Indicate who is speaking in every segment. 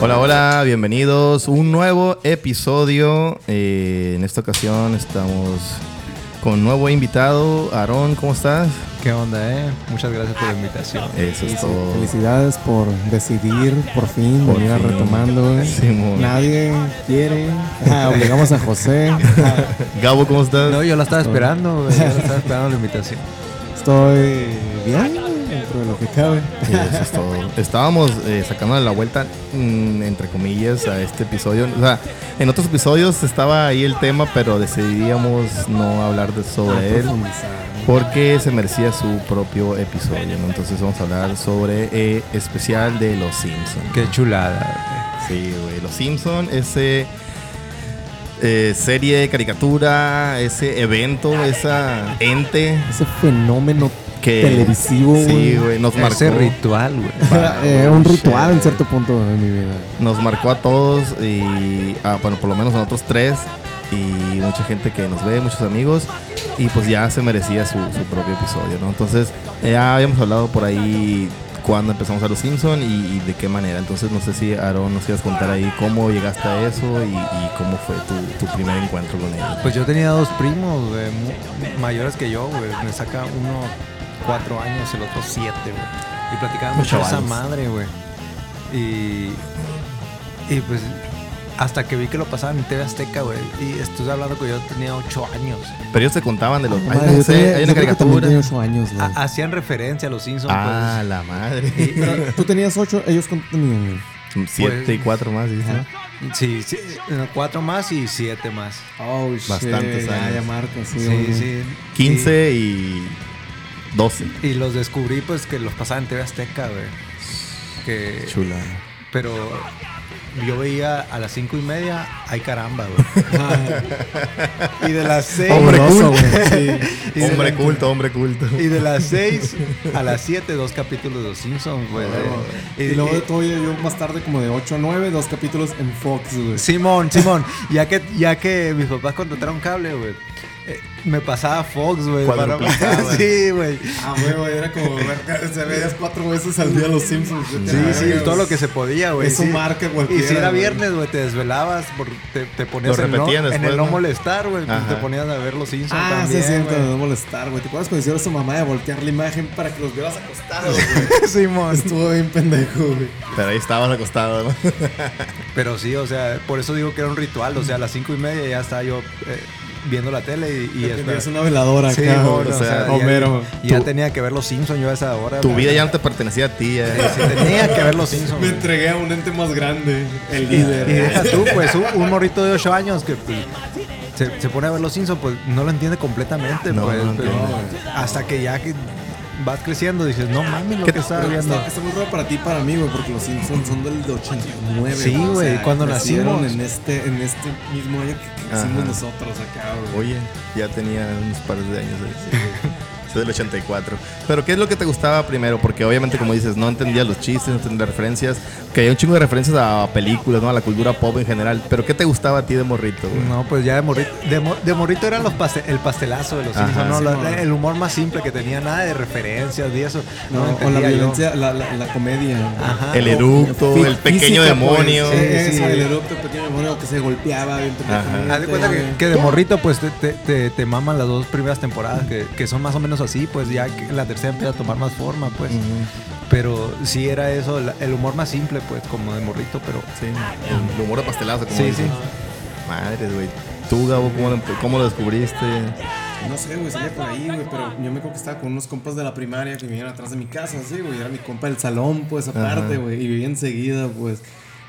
Speaker 1: Hola, hola, bienvenidos. Un nuevo episodio. Eh, en esta ocasión estamos con un nuevo invitado. Aarón, ¿cómo estás?
Speaker 2: ¿Qué onda, eh? Muchas gracias por la invitación.
Speaker 1: Eso es todo.
Speaker 3: Felicidades por decidir por fin
Speaker 1: Por
Speaker 3: venir a
Speaker 1: fin.
Speaker 3: retomando. eh.
Speaker 1: Simón.
Speaker 3: Nadie quiere. Ah, obligamos a José. Ah,
Speaker 1: Gabo, ¿cómo estás?
Speaker 2: No, yo la estaba esperando, güey. Yo la estaba esperando la invitación.
Speaker 3: Estoy bien dentro de lo que cabe.
Speaker 1: Y eso es todo. Estábamos eh, sacando la vuelta, mm, entre comillas, a este episodio. O sea, en otros episodios estaba ahí el tema, pero decidíamos no hablar de,
Speaker 3: pues,
Speaker 1: sobre él. Porque se merecía su propio episodio, ¿no? Entonces vamos a hablar sobre eh, especial de Los Simpsons.
Speaker 2: Qué chulada,
Speaker 1: Sí, güey. Los Simpson, ese eh, serie, caricatura, ese evento, esa ente
Speaker 3: Ese fenómeno
Speaker 1: que
Speaker 3: televisivo,
Speaker 1: sí,
Speaker 3: güey.
Speaker 1: güey, nos
Speaker 2: güey. Ese
Speaker 1: marcó,
Speaker 2: ritual, güey.
Speaker 3: Era eh, un ritual en cierto punto de mi vida.
Speaker 1: nos marcó a todos y a, bueno, por lo menos a nosotros tres y mucha gente que nos ve, muchos amigos y pues ya se merecía su, su propio episodio, ¿no? Entonces eh, ya habíamos hablado por ahí cuando empezamos a los Simpson y, y de qué manera. Entonces no sé si Aaron nos quieras contar ahí cómo llegaste a eso y, y cómo fue tu, tu primer encuentro con ellos.
Speaker 2: Pues yo tenía dos primos, güey, mu- mayores que yo, güey. Me saca uno cuatro años, el otro siete, güey. Y platicábamos mucho de esa
Speaker 1: Chavales.
Speaker 2: madre, güey. Y, y pues hasta que vi que lo pasaban en TV Azteca, güey. Y estoy hablando que yo tenía ocho años.
Speaker 1: Pero ellos te contaban de los.
Speaker 3: No,
Speaker 1: hay,
Speaker 3: madre, yo
Speaker 1: no sé,
Speaker 3: tenía-
Speaker 1: hay
Speaker 3: yo
Speaker 1: una
Speaker 3: creo que también
Speaker 1: caricatura.
Speaker 3: tenía ocho años, güey.
Speaker 2: Ha- hacían referencia a los Simpsons,
Speaker 1: Ah, la
Speaker 2: pues.
Speaker 1: madre.
Speaker 2: Y- y-
Speaker 3: Tú tenías ocho, ellos cuánto tenían, güey?
Speaker 1: Siete y
Speaker 2: pues-
Speaker 1: cuatro más, dice.
Speaker 3: Ajá.
Speaker 2: Sí, sí, eh, cuatro más y siete más.
Speaker 3: Oh,
Speaker 1: Bastantes
Speaker 3: shit, ya,
Speaker 1: años.
Speaker 3: ya marca, sí.
Speaker 2: Sí,
Speaker 3: güey.
Speaker 2: sí.
Speaker 1: Quince y doce.
Speaker 2: Y, y los descubrí pues que los pasaban en TV Azteca, güey. Que,
Speaker 1: Chula.
Speaker 2: Pero yo veía a las cinco y media, ay caramba, güey. y de las seis...
Speaker 1: Hombre
Speaker 3: Fabuloso,
Speaker 1: culto.
Speaker 3: güey, sí.
Speaker 2: y de
Speaker 1: Hombre
Speaker 2: la-
Speaker 1: culto, hombre culto.
Speaker 2: Y de las seis a las siete, dos capítulos de los Simpsons, güey.
Speaker 3: Y, luego todavía yo más tarde, como de 8 a 9, dos capítulos en Fox, güey.
Speaker 2: Simón, Simón, ya que, ya que mis papás contrataron cable, güey. eh, Me pasaba Fox, güey. para-
Speaker 1: Cuadruplicaba.
Speaker 2: Sí, güey.
Speaker 3: Ah, huevo, era como ver- se veías cuatro veces al día los Simpsons. vete a
Speaker 2: Sí,
Speaker 3: la
Speaker 2: sí,
Speaker 3: verga,
Speaker 2: todo
Speaker 3: güey.
Speaker 2: lo que se podía, güey.
Speaker 3: Eso
Speaker 2: sí.
Speaker 3: marca cualquiera,
Speaker 2: Y si era
Speaker 3: güey.
Speaker 2: viernes, güey, te desvelabas, por- te, te ponías
Speaker 1: Lo
Speaker 2: en, no,
Speaker 1: repetían
Speaker 2: en
Speaker 1: después,
Speaker 2: el no
Speaker 1: ¿no?
Speaker 2: molestar, güey. pues,
Speaker 1: Ajá.
Speaker 2: te ponías a ver los Simpsons
Speaker 3: Ah, sí,
Speaker 2: también.
Speaker 3: es cierto, de
Speaker 2: güey.
Speaker 3: no molestar, güey. ¿Te acuerdas cuando hicieron esa mamá de voltear la imagen para que los vieras acostados, güey? Este,
Speaker 2: Simón.
Speaker 3: Estuvo bien pendejo, güey.
Speaker 1: Pero ahí estabas acostado, ¿no?
Speaker 2: Pero sí, o sea, por eso digo que era un ritual. O sea, a las cinco y media ya estaba yo eh, viendo la tele y, y
Speaker 3: Y
Speaker 2: ya
Speaker 3: tenías
Speaker 2: estaba-
Speaker 3: una veladora
Speaker 2: Sí,
Speaker 3: acá,
Speaker 2: bueno,
Speaker 3: güey,
Speaker 2: o sea, ya-
Speaker 3: Homero.
Speaker 2: y ya tenía que ver los Simpsons yo a esa hora.
Speaker 1: Tu
Speaker 2: güey.
Speaker 1: vida ya no te pertenecía a ti. ya.
Speaker 2: Sí, tenía que ver los Simpsons.
Speaker 3: Me
Speaker 2: güey.
Speaker 3: entregué a un ente más grande, el
Speaker 2: Y
Speaker 3: líder.
Speaker 2: deja tú, pues, un, un morrito de 8 años que pues, se, se pone a ver los Simpsons, pues no lo entiende completamente,
Speaker 1: No,
Speaker 2: pues,
Speaker 1: no lo
Speaker 2: pero
Speaker 1: entiende.
Speaker 2: hasta que ya que vas creciendo dices, no mames lo
Speaker 1: ¿Qué
Speaker 2: que
Speaker 1: te-
Speaker 2: estaba
Speaker 3: Pero
Speaker 2: viendo.
Speaker 3: Está, está muy raro para ti y para mí, güey, porque los Simpsons son del de 89.
Speaker 2: Sí, güey, cuando
Speaker 3: nacieron
Speaker 2: nacimos.
Speaker 3: En este, en este mismo año que, que
Speaker 1: Ajá.
Speaker 3: nacimos nosotros acá, güey.
Speaker 1: Oye, ya tenía unos pares de años. ¿eh? Sí. Soy del 84. Pero ¿qué es lo que te gustaba primero? Porque obviamente, como dices, no entendía los chistes, no entendía referencias. Que hay un chingo de referencias a películas, ¿no? A la cultura pop en general. Pero ¿qué te gustaba a ti de morrito, güey?
Speaker 2: No, pues ya de morrito, de, mo- de morrito eran los paste- el pastelazo de los
Speaker 1: Ajá,
Speaker 2: Simpsons, ¿no?
Speaker 1: sí,
Speaker 2: La-
Speaker 3: no.
Speaker 2: el humor más simple que tenía, nada de referencias y eso. lo
Speaker 3: No, o la
Speaker 2: entendía yo. Ah,
Speaker 3: violencia, la, la, la comedia. güey.
Speaker 2: Ajá.
Speaker 1: El
Speaker 2: o-
Speaker 1: eructo,
Speaker 3: Fí-
Speaker 1: el pequeño
Speaker 3: física,
Speaker 1: demonio.
Speaker 3: pues,
Speaker 2: Sí,
Speaker 3: eso,
Speaker 2: sí.
Speaker 3: el eructo, el pequeño demonio que se golpeaba. bien
Speaker 1: Ajá.
Speaker 3: tremendamente,
Speaker 2: Haz de cuenta que,
Speaker 3: güey.
Speaker 2: que de morrito, pues te, te, te- te maman las dos primeras temporadas, que, que son más o menos así, pues ya que la tercera empieza a tomar más forma, pues. Pero sí era eso, la- el humor más simple, pues, como de morrito, pero.
Speaker 1: Sí. El humor de pastelazo, como
Speaker 2: Sí,
Speaker 1: dices.
Speaker 2: sí.
Speaker 1: Madres, güey. Tú, Gabo, ¿cómo lo, cómo lo descubriste?
Speaker 3: No sé, güey, salía por ahí, güey, pero yo me acuerdo que estaba con unos compas de la primaria que vivían atrás de mi casa, así, güey, era mi compa del salón, pues, aparte, güey, y vivía enseguida, pues.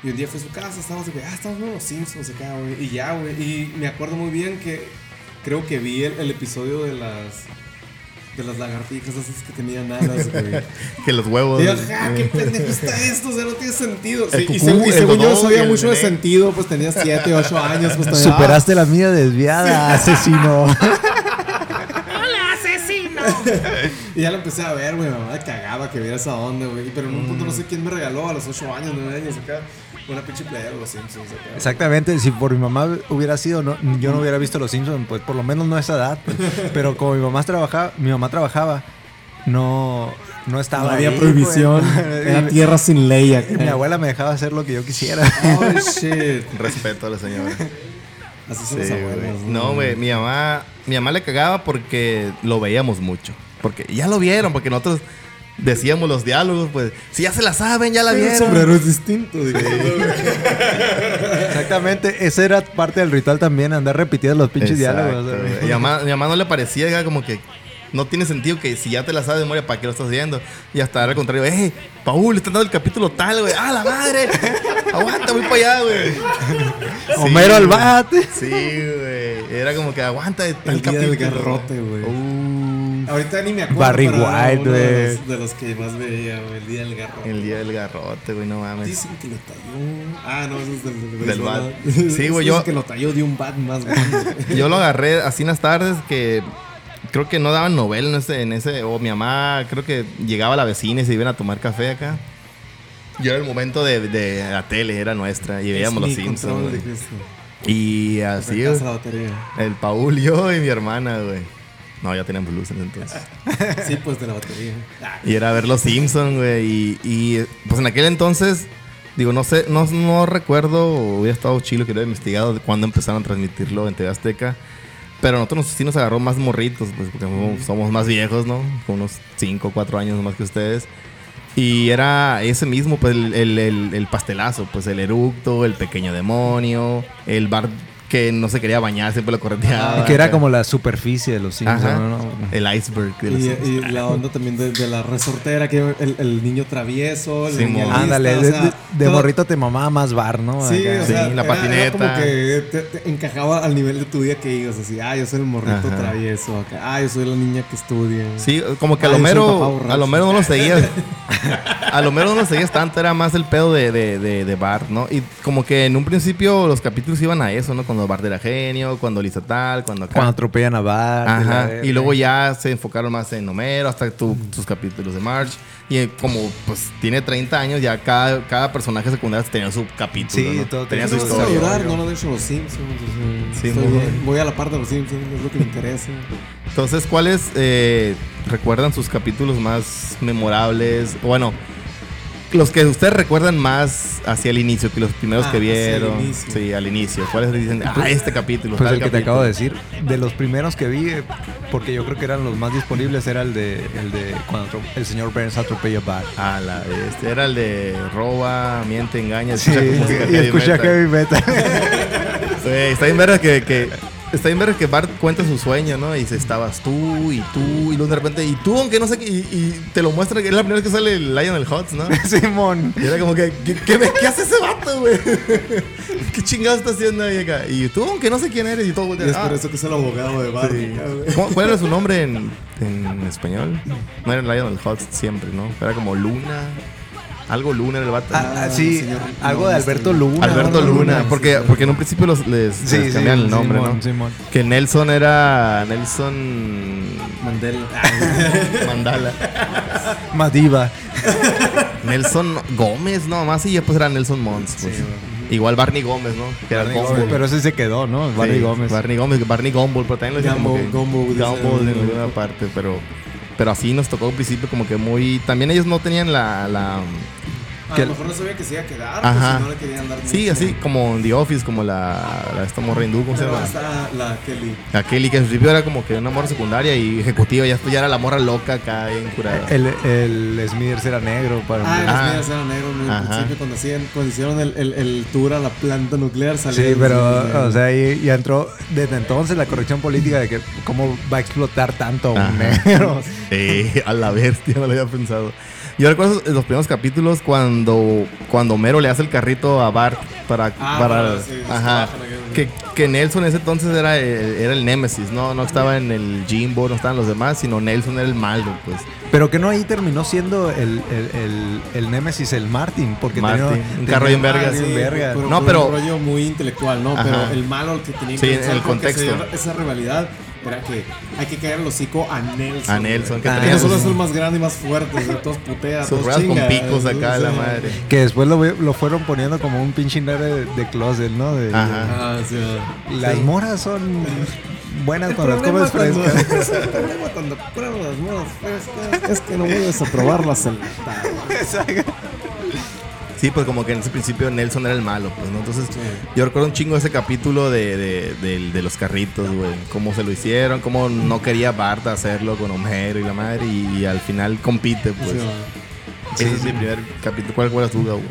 Speaker 3: Y un día fue a su casa, estábamos, güey, ah, estamos viendo los Simpsons acá, güey, y ya, güey, y me acuerdo muy bien que creo que vi el, el episodio de las... De las lagartijas esas que tenían alas, güey.
Speaker 1: Que los huevos. eh,
Speaker 3: Y yo, "Ah, qué pendejo está esto, o sea, no tiene sentido.
Speaker 1: El
Speaker 3: Sí, y
Speaker 1: cucú,
Speaker 3: según, y
Speaker 1: el
Speaker 3: según yo
Speaker 1: dodón y
Speaker 3: sabía
Speaker 1: el
Speaker 3: mucho de
Speaker 1: nené.
Speaker 3: sentido, pues tenía 7, 8 años, pues todavía, ah,
Speaker 2: la mía desviada, asesino.
Speaker 3: Y ya lo empecé a ver, güey, mi mamá me cagaba que viera esa onda, güey. Pero en un punto no sé quién me regaló a los 8 años, 9 años acá. Una pinche playera de los Simpsons acá.
Speaker 2: Exactamente, si por mi mamá hubiera sido, no, yo no hubiera visto Los Simpsons, pues por lo menos no a esa edad. pues. Pero como mi mamá trabajaba, mi mamá trabajaba, no, no estaba.
Speaker 3: No había
Speaker 2: ahí,
Speaker 3: prohibición.
Speaker 2: güey.
Speaker 3: Era tierra sin ley
Speaker 2: Y
Speaker 3: acá.
Speaker 2: mi abuela me dejaba hacer lo que yo quisiera.
Speaker 3: Oh, shit.
Speaker 1: Respeto a la señora. Sí,
Speaker 3: Así son los abuelos.
Speaker 1: güey. No, güey, mi mamá, mi mamá le cagaba porque lo veíamos mucho. Porque ya lo vieron, porque nosotros decíamos los diálogos, pues, si ya se la saben, ya la
Speaker 3: El
Speaker 1: vieron.
Speaker 3: sombrero es distinto. digo.
Speaker 2: Exactamente, ese era parte del ritual también, andar repitiendo los pinches
Speaker 1: Exacto,
Speaker 2: diálogos. o sea,
Speaker 1: güey. Mi mamá, mi mamá no le parecía, era como que no tiene sentido que si ya te la sabes de memoria, ¿para qué lo estás viendo? Y hasta al contrario, ¡eh! Paul, están dando el capítulo tal, güey. ¡Ah, la madre! Aguanta, voy para allá, güey.
Speaker 2: Homero
Speaker 1: Sí,
Speaker 2: al
Speaker 1: güey.
Speaker 2: bate.
Speaker 1: Sí, güey. Era como que aguanta está
Speaker 3: El
Speaker 1: el
Speaker 3: día del
Speaker 1: capítulo.
Speaker 3: garrote, güey.
Speaker 1: Uh,
Speaker 3: Ahorita ni me acuerdo.
Speaker 2: Barry
Speaker 3: pero era
Speaker 2: White,
Speaker 3: uno de
Speaker 2: güey.
Speaker 3: los- De los que más veía, güey. El día del garrote.
Speaker 1: el día del garrote, güey, no mames.
Speaker 3: Dicen que lo talló. Ah, no, eso es del, del,
Speaker 1: Del
Speaker 3: béisbol,
Speaker 1: bat.
Speaker 3: ¿no?
Speaker 1: Sí, güey,
Speaker 3: Dicen
Speaker 1: yo-
Speaker 3: que lo talló de un bat más grande.
Speaker 1: Yo lo agarré así en las tardes que creo que no daban novela en ese, en ese o mi mamá creo que llegaba a la vecina y se iban a tomar café acá. Y era el momento de, de la tele, era nuestra, y veíamos los
Speaker 3: Es mi control
Speaker 1: Simpsons.
Speaker 3: de
Speaker 1: güey.
Speaker 3: Cristo.
Speaker 1: Y así,
Speaker 3: Sacas
Speaker 1: güey,
Speaker 3: la batería.
Speaker 1: el Paul, yo y mi hermana, güey. No, ya teníamos luces entonces.
Speaker 3: Sí, pues de la batería. Ah,
Speaker 1: Y era ver los Simpsons, güey. Y, y, pues en aquel entonces, digo, no sé, no, no recuerdo, hubiera estado chilo que lo hubiera investigado de cuándo empezaron a transmitirlo en TV Azteca. Pero a nosotros nos- sí nos agarró más morritos, pues porque somos- somos más viejos, ¿no? Con unos 5 o 4 años más que ustedes. Y era ese mismo, pues el, el- el- el pastelazo, pues el eructo, el pequeño demonio, el bar que no se quería bañar, siempre lo correteaba.
Speaker 2: Que era como la superficie de los Simpsons.
Speaker 1: Ah, Ajá,
Speaker 2: ¿no? No,
Speaker 1: el iceberg. de los
Speaker 3: Y,
Speaker 1: Simpsons.
Speaker 3: y la onda también de, de la resortera, que el, el niño travieso, el
Speaker 1: Simón.
Speaker 3: niño lista,
Speaker 2: Ándale,
Speaker 3: o
Speaker 2: de,
Speaker 3: sea,
Speaker 2: de- de
Speaker 3: todo-
Speaker 2: morrito te mamaba más bar, ¿no?
Speaker 3: Sí,
Speaker 2: Acá.
Speaker 3: o sea,
Speaker 1: Sí, la
Speaker 3: era- Era,
Speaker 1: patineta.
Speaker 3: como que te, te encajaba al nivel de tu día que ibas, así, ah, yo soy el morrito
Speaker 1: Ajá.
Speaker 3: travieso acá, ah, yo soy la niña que estudia.
Speaker 1: Sí, como que a
Speaker 3: Ah, yo soy el papá
Speaker 1: Lomero,
Speaker 3: borracho.
Speaker 1: a Lomero no lo seguías. a Lomero no lo seguías tanto, era más el pedo de, de, de, de Bart, ¿no? Y como que en un principio los capítulos iban a eso, ¿no? Cuando Bart era genio, cuando Lisa tal, cuando acá.
Speaker 2: Cuando atropellan a bar.
Speaker 1: Ajá. Y luego ya se enfocaron más en Homero, hasta tu- tus capítulos de March. Y eh, como pues tiene 30 años, ya cada, cada personaje secundario tenía su capítulo.
Speaker 2: Sí,
Speaker 1: ¿no?
Speaker 2: todo
Speaker 1: tenía su
Speaker 3: Eso
Speaker 2: tenía
Speaker 3: no
Speaker 1: historia.
Speaker 2: su
Speaker 3: deja
Speaker 2: historia.
Speaker 3: durar,
Speaker 2: obvio.
Speaker 3: no lo han hecho los Simpsons. o sea,
Speaker 1: Sí,
Speaker 3: estoy-
Speaker 1: muy
Speaker 3: voy a la par de los Simpsons, es lo que me interesa.
Speaker 1: Entonces, ¿cuáles eh, recuerdan sus capítulos más memorables? Bueno, los que ustedes recuerdan más hacia el inicio, que los primeros
Speaker 3: Ah,
Speaker 1: que
Speaker 3: hacia el
Speaker 1: vieron.
Speaker 3: inicio.
Speaker 1: sí, al inicio. ¿Cuáles dicen? Ah, este capítulo.
Speaker 2: Pues
Speaker 1: tal
Speaker 2: el que te
Speaker 1: capítulo"?
Speaker 2: acabo de decir, de los primeros que vi, eh, porque yo creo que eran los más disponibles, era el de, el de cuando atro- el señor Burns atropella a Bart.
Speaker 1: Ah, la, este era el de roba, miente, engaña.
Speaker 2: Sí,
Speaker 1: escucha música
Speaker 2: y
Speaker 1: heavy
Speaker 2: escuché
Speaker 1: metal.
Speaker 2: heavy metal.
Speaker 1: Güey, está bien verga que, que- está bien verga que Bart cuenta su sueño, ¿no? Y dice, estabas tú y tú y luego de repente y tú, aunque no sé qué, y, y te lo muestra que es la primera vez que sale el Lionel Hutz, ¿no?
Speaker 2: Simón.
Speaker 1: Y era como que, ¿qué, qué, me- qué hace ese vato, güey? ¿Qué chingado está haciendo ahí acá? Y tú, aunque no sé quién eres, y todo
Speaker 3: Y
Speaker 1: voltea,
Speaker 3: es
Speaker 1: "Ah".
Speaker 3: por eso que es el abogado de Barney. cabrón.
Speaker 1: ¿Cu- ¿Cuál era su nombre en, en español? No era Lionel Hutz siempre, ¿no? Era como Luna. Algo Luna era el vato.
Speaker 2: Ah, ah, sí,
Speaker 3: señor-
Speaker 2: algo
Speaker 3: no,
Speaker 2: de
Speaker 3: no
Speaker 2: Alberto
Speaker 3: estoy-
Speaker 2: Luna.
Speaker 1: Alberto
Speaker 2: ¿no?
Speaker 1: Luna.
Speaker 3: sí,
Speaker 1: Porque,
Speaker 3: sí.
Speaker 1: porque en un principio los, les,
Speaker 2: Sí,
Speaker 1: les
Speaker 2: sí,
Speaker 1: cambiaban el nombre,
Speaker 2: Simón,
Speaker 1: ¿no?
Speaker 2: Simón.
Speaker 1: Que Nelson era Nelson
Speaker 3: Ah, Mandela.
Speaker 1: Mandala.
Speaker 2: Madiva.
Speaker 1: Nelson Gómez, no, más y después era Nelson Mons. pues. Igual Barney Gómez, ¿no? Que era
Speaker 2: Barney
Speaker 1: Gumball.
Speaker 2: Gómez, Pero ese se quedó, ¿no? Barney
Speaker 1: Sí,
Speaker 2: Gómez.
Speaker 1: Barney Gómez, Barney Gumball, pero también lo decían como
Speaker 3: Gumball,
Speaker 1: que-
Speaker 3: Gumball, dicen.
Speaker 1: Gumball en alguna parte, pero, pero así nos tocó al principio como que muy... También ellos no tenían la... la
Speaker 3: A
Speaker 2: Que-
Speaker 3: lo mejor no sabía que se iba a quedar,
Speaker 1: Ajá.
Speaker 3: pues, si no le querían dar
Speaker 1: sí,
Speaker 3: mucho.
Speaker 1: así como en The Office, como la... la esta morra hindú, ¿cómo se
Speaker 3: Pero
Speaker 1: llama?
Speaker 3: hasta la Kelly.
Speaker 1: La Kelly, que en principio era como que una morra secundaria y ejecutiva, ya, ya era la morra loca acá, bien curada.
Speaker 2: El, el Smithers era negro para mí.
Speaker 3: Ah,
Speaker 1: Ah.
Speaker 3: las medias eran negras ¿no? al
Speaker 1: Ajá.
Speaker 3: principio cuando, hacían- cuando hicieron el, el, el tour a la planta nuclear salió.
Speaker 2: Sí, pero, o sea, ahí ya entró desde entonces la corrección política de que cómo va a explotar tanto
Speaker 1: Ajá.
Speaker 2: un negro.
Speaker 1: Eh, a la bestia, no lo había pensado. Yo recuerdo los primeros capítulos cuando, cuando Homero le hace el carrito a Bart para...
Speaker 3: Ah,
Speaker 1: para
Speaker 3: bueno, sí,
Speaker 1: ajá.
Speaker 3: se bajan acá.
Speaker 1: Que, que Nelson en ese entonces era el, era el némesis, ¿no? No estaba en el Jimbo, no estaban los demás, sino Nelson era el malo, pues.
Speaker 2: Pero que no ahí terminó siendo el, el, el, el Némesis, el Martin, porque
Speaker 1: Martin,
Speaker 2: tenía
Speaker 1: un carro bien verga.
Speaker 2: Ah, sí,
Speaker 1: Sí,
Speaker 2: verga.
Speaker 1: No,
Speaker 3: no,
Speaker 1: pero-
Speaker 3: pero. Un rollo muy intelectual, ¿no?
Speaker 1: Ajá.
Speaker 3: Pero el malo que tenía que
Speaker 1: Sí, en
Speaker 3: pensar
Speaker 1: el
Speaker 3: porque se
Speaker 1: contexto.
Speaker 3: dio Esa rivalidad era que hay que caer el hocico a Nelson.
Speaker 1: A Nelson, que
Speaker 3: Que
Speaker 2: Ah,
Speaker 1: tenía
Speaker 3: no solo
Speaker 1: sus,
Speaker 3: es el más grande y más fuerte, o sea, todos putea,
Speaker 1: sus
Speaker 3: todos
Speaker 1: ruedas con
Speaker 3: Ah, pues chinga,
Speaker 1: picos acá de la
Speaker 3: sí.
Speaker 1: madre.
Speaker 2: Que después lo, lo fueron poniendo como un pinche nerd de, de closet, ¿no? De,
Speaker 1: Ajá.
Speaker 3: Ah, sí.
Speaker 2: Las
Speaker 3: Sí.
Speaker 2: moras son buenas
Speaker 3: El
Speaker 2: cuando las
Speaker 3: problema
Speaker 2: comes
Speaker 3: cuando-
Speaker 2: frescas.
Speaker 3: El problema cuando pruebas las modas frescas es que no vuelves a probarlas en la tarde.
Speaker 1: Pues. Sí, pues como que en ese principio Nelson era el malo, pues, ¿no? Entonces, yo recuerdo un chingo ese capítulo de, de, del- de los carritos, güey. Cómo se lo hicieron, cómo no quería Bart hacerlo con Homero y la madre, y, y al final compite, pues.
Speaker 3: Sí,
Speaker 1: ese es mi primer capítulo. ¿Cuál fue la duda, güey?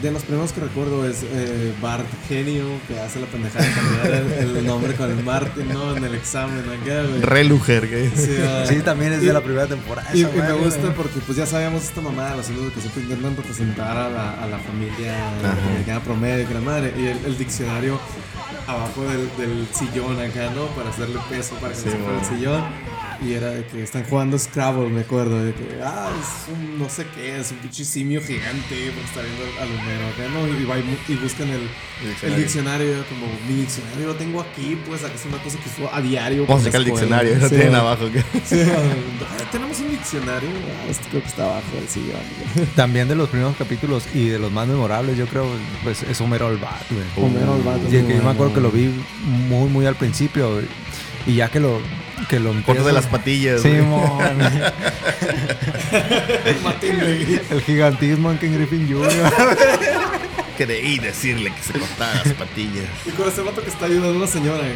Speaker 3: De los primeros que recuerdo es eh, Bart Genio, que hace la pendejada de cambiar el, el nombre con el Martin, ¿no? En el examen acá, güey.
Speaker 1: Reluger, güey.
Speaker 3: Sí, ah.
Speaker 2: Sí, también es
Speaker 3: Y-
Speaker 2: de la primera temporada.
Speaker 3: Y, y
Speaker 2: esa
Speaker 3: me
Speaker 2: madre,
Speaker 3: gusta
Speaker 2: güey.
Speaker 3: porque pues ya sabíamos esta mamada de los saludos que siempre intentan representar a la, a la familia
Speaker 1: Ajá.
Speaker 3: americana promedio, que la madre, y el, el diccionario abajo del, del sillón acá, ¿no? Para hacerle peso, para que
Speaker 1: Sí,
Speaker 3: no se fuera
Speaker 1: bueno.
Speaker 3: el sillón. Y era de que están jugando Scrabble, me acuerdo, de que, ah, es un no sé qué, es un pinche simio gigante, porque está viendo al Homero acá, ¿no? Y, va y, bu- y buscan el,
Speaker 1: Diccionario.
Speaker 3: el diccionario, como, mi diccionario lo tengo aquí, pues, acá es una cosa que fue a diario.
Speaker 1: Vamos a sacar
Speaker 3: por la
Speaker 1: el
Speaker 3: escuela.
Speaker 1: diccionario, lo
Speaker 3: Sí,
Speaker 1: tienen
Speaker 3: ah.
Speaker 1: abajo. ¿qué?
Speaker 3: Sí, ah, tenemos un diccionario. Ah, este creo que está abajo del sillón. güey.
Speaker 2: También de los primeros capítulos y de los más memorables, yo creo, pues es Homero el Bat, güey.
Speaker 3: Homero el Bat es
Speaker 2: Oh. Y el
Speaker 3: muy
Speaker 2: que yo me
Speaker 3: bueno.
Speaker 2: acuerdo que lo vi muy, muy al principio. güey. Y ya que lo, que lo
Speaker 1: Corto de
Speaker 2: empiezo-
Speaker 1: las patillas,
Speaker 2: Sí,
Speaker 1: güey.
Speaker 2: mon. el gigantismo en King Griffin Jr.
Speaker 1: Creí decirle que se cortara las patillas.
Speaker 3: Y con ese vato que está ayudando a una señora. acá,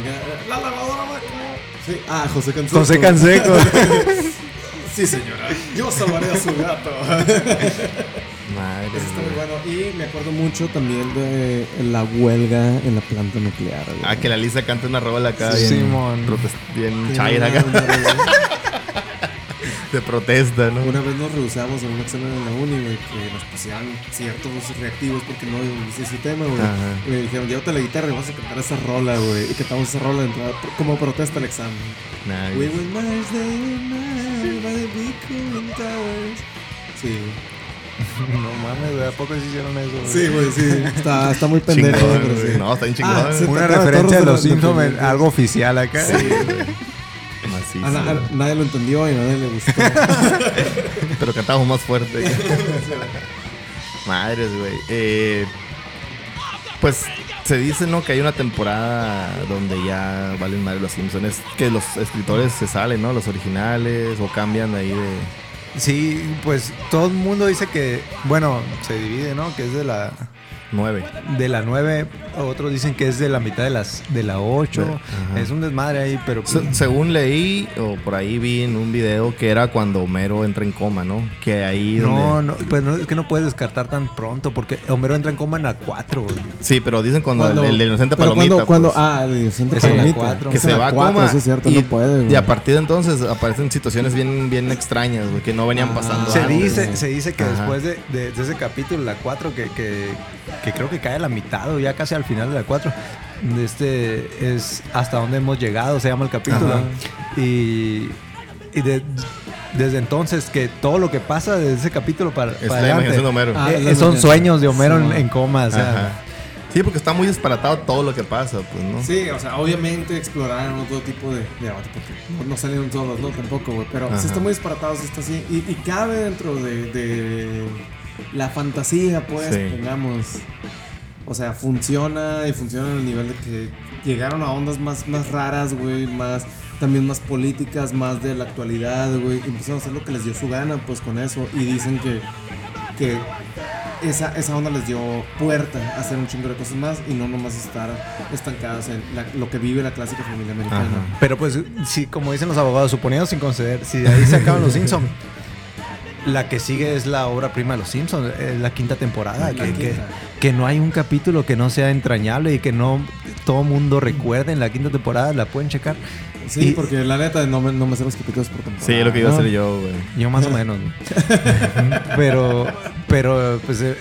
Speaker 3: La lavadora máquina. Sí. Ah, José Canseco.
Speaker 2: José Canseco.
Speaker 3: Sí, señora. Yo salvaré a su gato.
Speaker 1: Madre
Speaker 3: Eso está
Speaker 1: mía.
Speaker 3: muy bueno. Y me acuerdo mucho también de la huelga en la planta nuclear. güey.
Speaker 1: Ah, que la Lisa canta una rola acá
Speaker 2: Sí,
Speaker 1: bien,
Speaker 2: mon.
Speaker 1: protest- bien
Speaker 3: Tiene
Speaker 1: chaira
Speaker 3: una-
Speaker 1: acá,
Speaker 3: una-
Speaker 1: de protesta, ¿no?
Speaker 3: Una vez nos rehusamos en un examen en la uni, güey, que nos pusieran ciertos reactivos porque no hice ese tema, güey.
Speaker 1: Ajá.
Speaker 3: Y me dijeron, llévate la guitarra y vas a cantar esa rola, güey. Y cantamos esa rola de entrada pr- como protesta al examen.
Speaker 1: Nah,
Speaker 3: We will march the night by the big cooling towers. Sí.
Speaker 2: no mames, güey, ¿a poco se hicieron eso? güey?
Speaker 3: Sí, güey, sí. Está, está muy
Speaker 1: Chingón,
Speaker 3: pendejo, pero
Speaker 1: güey.
Speaker 3: sí.
Speaker 1: No, está bien chingón.
Speaker 3: Ah, sí.
Speaker 2: Una
Speaker 3: Te acaba
Speaker 2: referencia de
Speaker 3: Torres de
Speaker 2: los
Speaker 3: la-
Speaker 2: Simpsons,
Speaker 3: de-
Speaker 2: algo oficial acá.
Speaker 1: Sí, güey. Macizo,
Speaker 3: A na- a nadie lo entendió y a nadie le gustó.
Speaker 1: güey. Pero cantamos más fuerte. Madres, güey. Eh, pues se dice, ¿no? Que hay una temporada donde ya valen madre los Simpsons. Es que los escritores se salen, ¿no? Los originales o cambian ahí de.
Speaker 2: Sí, pues todo el mundo dice que, bueno, se divide, ¿no? Que es de la
Speaker 1: Nueve.
Speaker 2: de la 9, otros dicen que es de la mitad de las de la 8.
Speaker 1: Ajá.
Speaker 2: Es un desmadre ahí, pero pues,
Speaker 1: Se- según leí o por ahí vi en un video que era cuando Homero entra en coma, ¿no? Que ahí
Speaker 2: no,
Speaker 1: donde-
Speaker 2: no, pues no, es que no puedes descartar tan pronto porque Homero entra en coma en la 4. güey.
Speaker 1: Sí, pero dicen cuando,
Speaker 3: Cuando-
Speaker 1: el, el de inocente
Speaker 3: pero
Speaker 1: palomita.
Speaker 3: Cuando, cuando,
Speaker 1: pues.
Speaker 3: ah, el inocente
Speaker 2: Es en la
Speaker 3: palomita.
Speaker 2: cuatro.
Speaker 1: que
Speaker 3: Es en
Speaker 1: se
Speaker 3: la
Speaker 1: va a
Speaker 3: cuatro,
Speaker 1: coma.
Speaker 3: sí es cierto,
Speaker 1: y,
Speaker 3: no puede, güey.
Speaker 1: y a partir de entonces aparecen situaciones bien, bien extrañas, güey, que no venían
Speaker 3: Ah.
Speaker 1: pasando.
Speaker 2: Se
Speaker 3: Claro,
Speaker 1: antes,
Speaker 2: dice,
Speaker 1: güey.
Speaker 2: se dice que
Speaker 1: Ajá.
Speaker 2: después de, de- de ese capítulo, la 4, que, que, que creo que cae a la mitad o ya casi al final de la 4, este es hasta donde hemos llegado, se llama el capítulo.
Speaker 3: Ajá.
Speaker 2: Y, y de- desde entonces que todo lo que pasa desde ese capítulo para,
Speaker 1: Es
Speaker 2: para
Speaker 1: la
Speaker 2: adelante,
Speaker 1: imaginación de Homero.
Speaker 3: Ah,
Speaker 2: eh,
Speaker 3: es la
Speaker 2: son
Speaker 3: imaginación.
Speaker 2: sueños de Homero en,
Speaker 3: Sí.
Speaker 2: en coma. o sea,
Speaker 1: Ajá. Sí, porque está muy disparatado todo lo que pasa, pues, ¿no?
Speaker 3: Sí, o sea, obviamente exploraron otro tipo de, de debate, porque no- no salieron todos, ¿no? Tampoco, güey. Pero
Speaker 1: Ajá.
Speaker 3: sí está muy disparatado, sí está así. Y, y cabe dentro de, de la fantasía, pues,
Speaker 1: Sí.
Speaker 3: digamos. O sea, funciona y funciona en el nivel de que llegaron a ondas más, más raras, güey, más también más políticas, más de la actualidad, güey. y Empezaron a hacer lo que les dio su gana, pues, con eso. Y dicen que, que esa, esa onda les dio puerta a hacer un chingo de cosas más y no nomás estar estancadas en la- lo que vive la clásica familia americana.
Speaker 1: Ajá.
Speaker 2: Pero pues, si, como dicen los abogados, suponiendo sin conceder, si de ahí se acaban los Simpsons, la que sigue es la obra prima de los Simpsons, es la quinta temporada,
Speaker 3: La
Speaker 2: que,
Speaker 3: quinta.
Speaker 2: que- que no hay un capítulo que no sea entrañable y que no todo mundo recuerde en la quinta temporada, la pueden checar.
Speaker 3: Sí,
Speaker 2: Y-
Speaker 3: porque la neta no me, no me sé los capítulos por temporada.
Speaker 1: Sí, es lo que iba a
Speaker 2: No.
Speaker 1: hacer yo, güey.
Speaker 2: Yo más o menos. ¿no? pero, pero, pues, eh,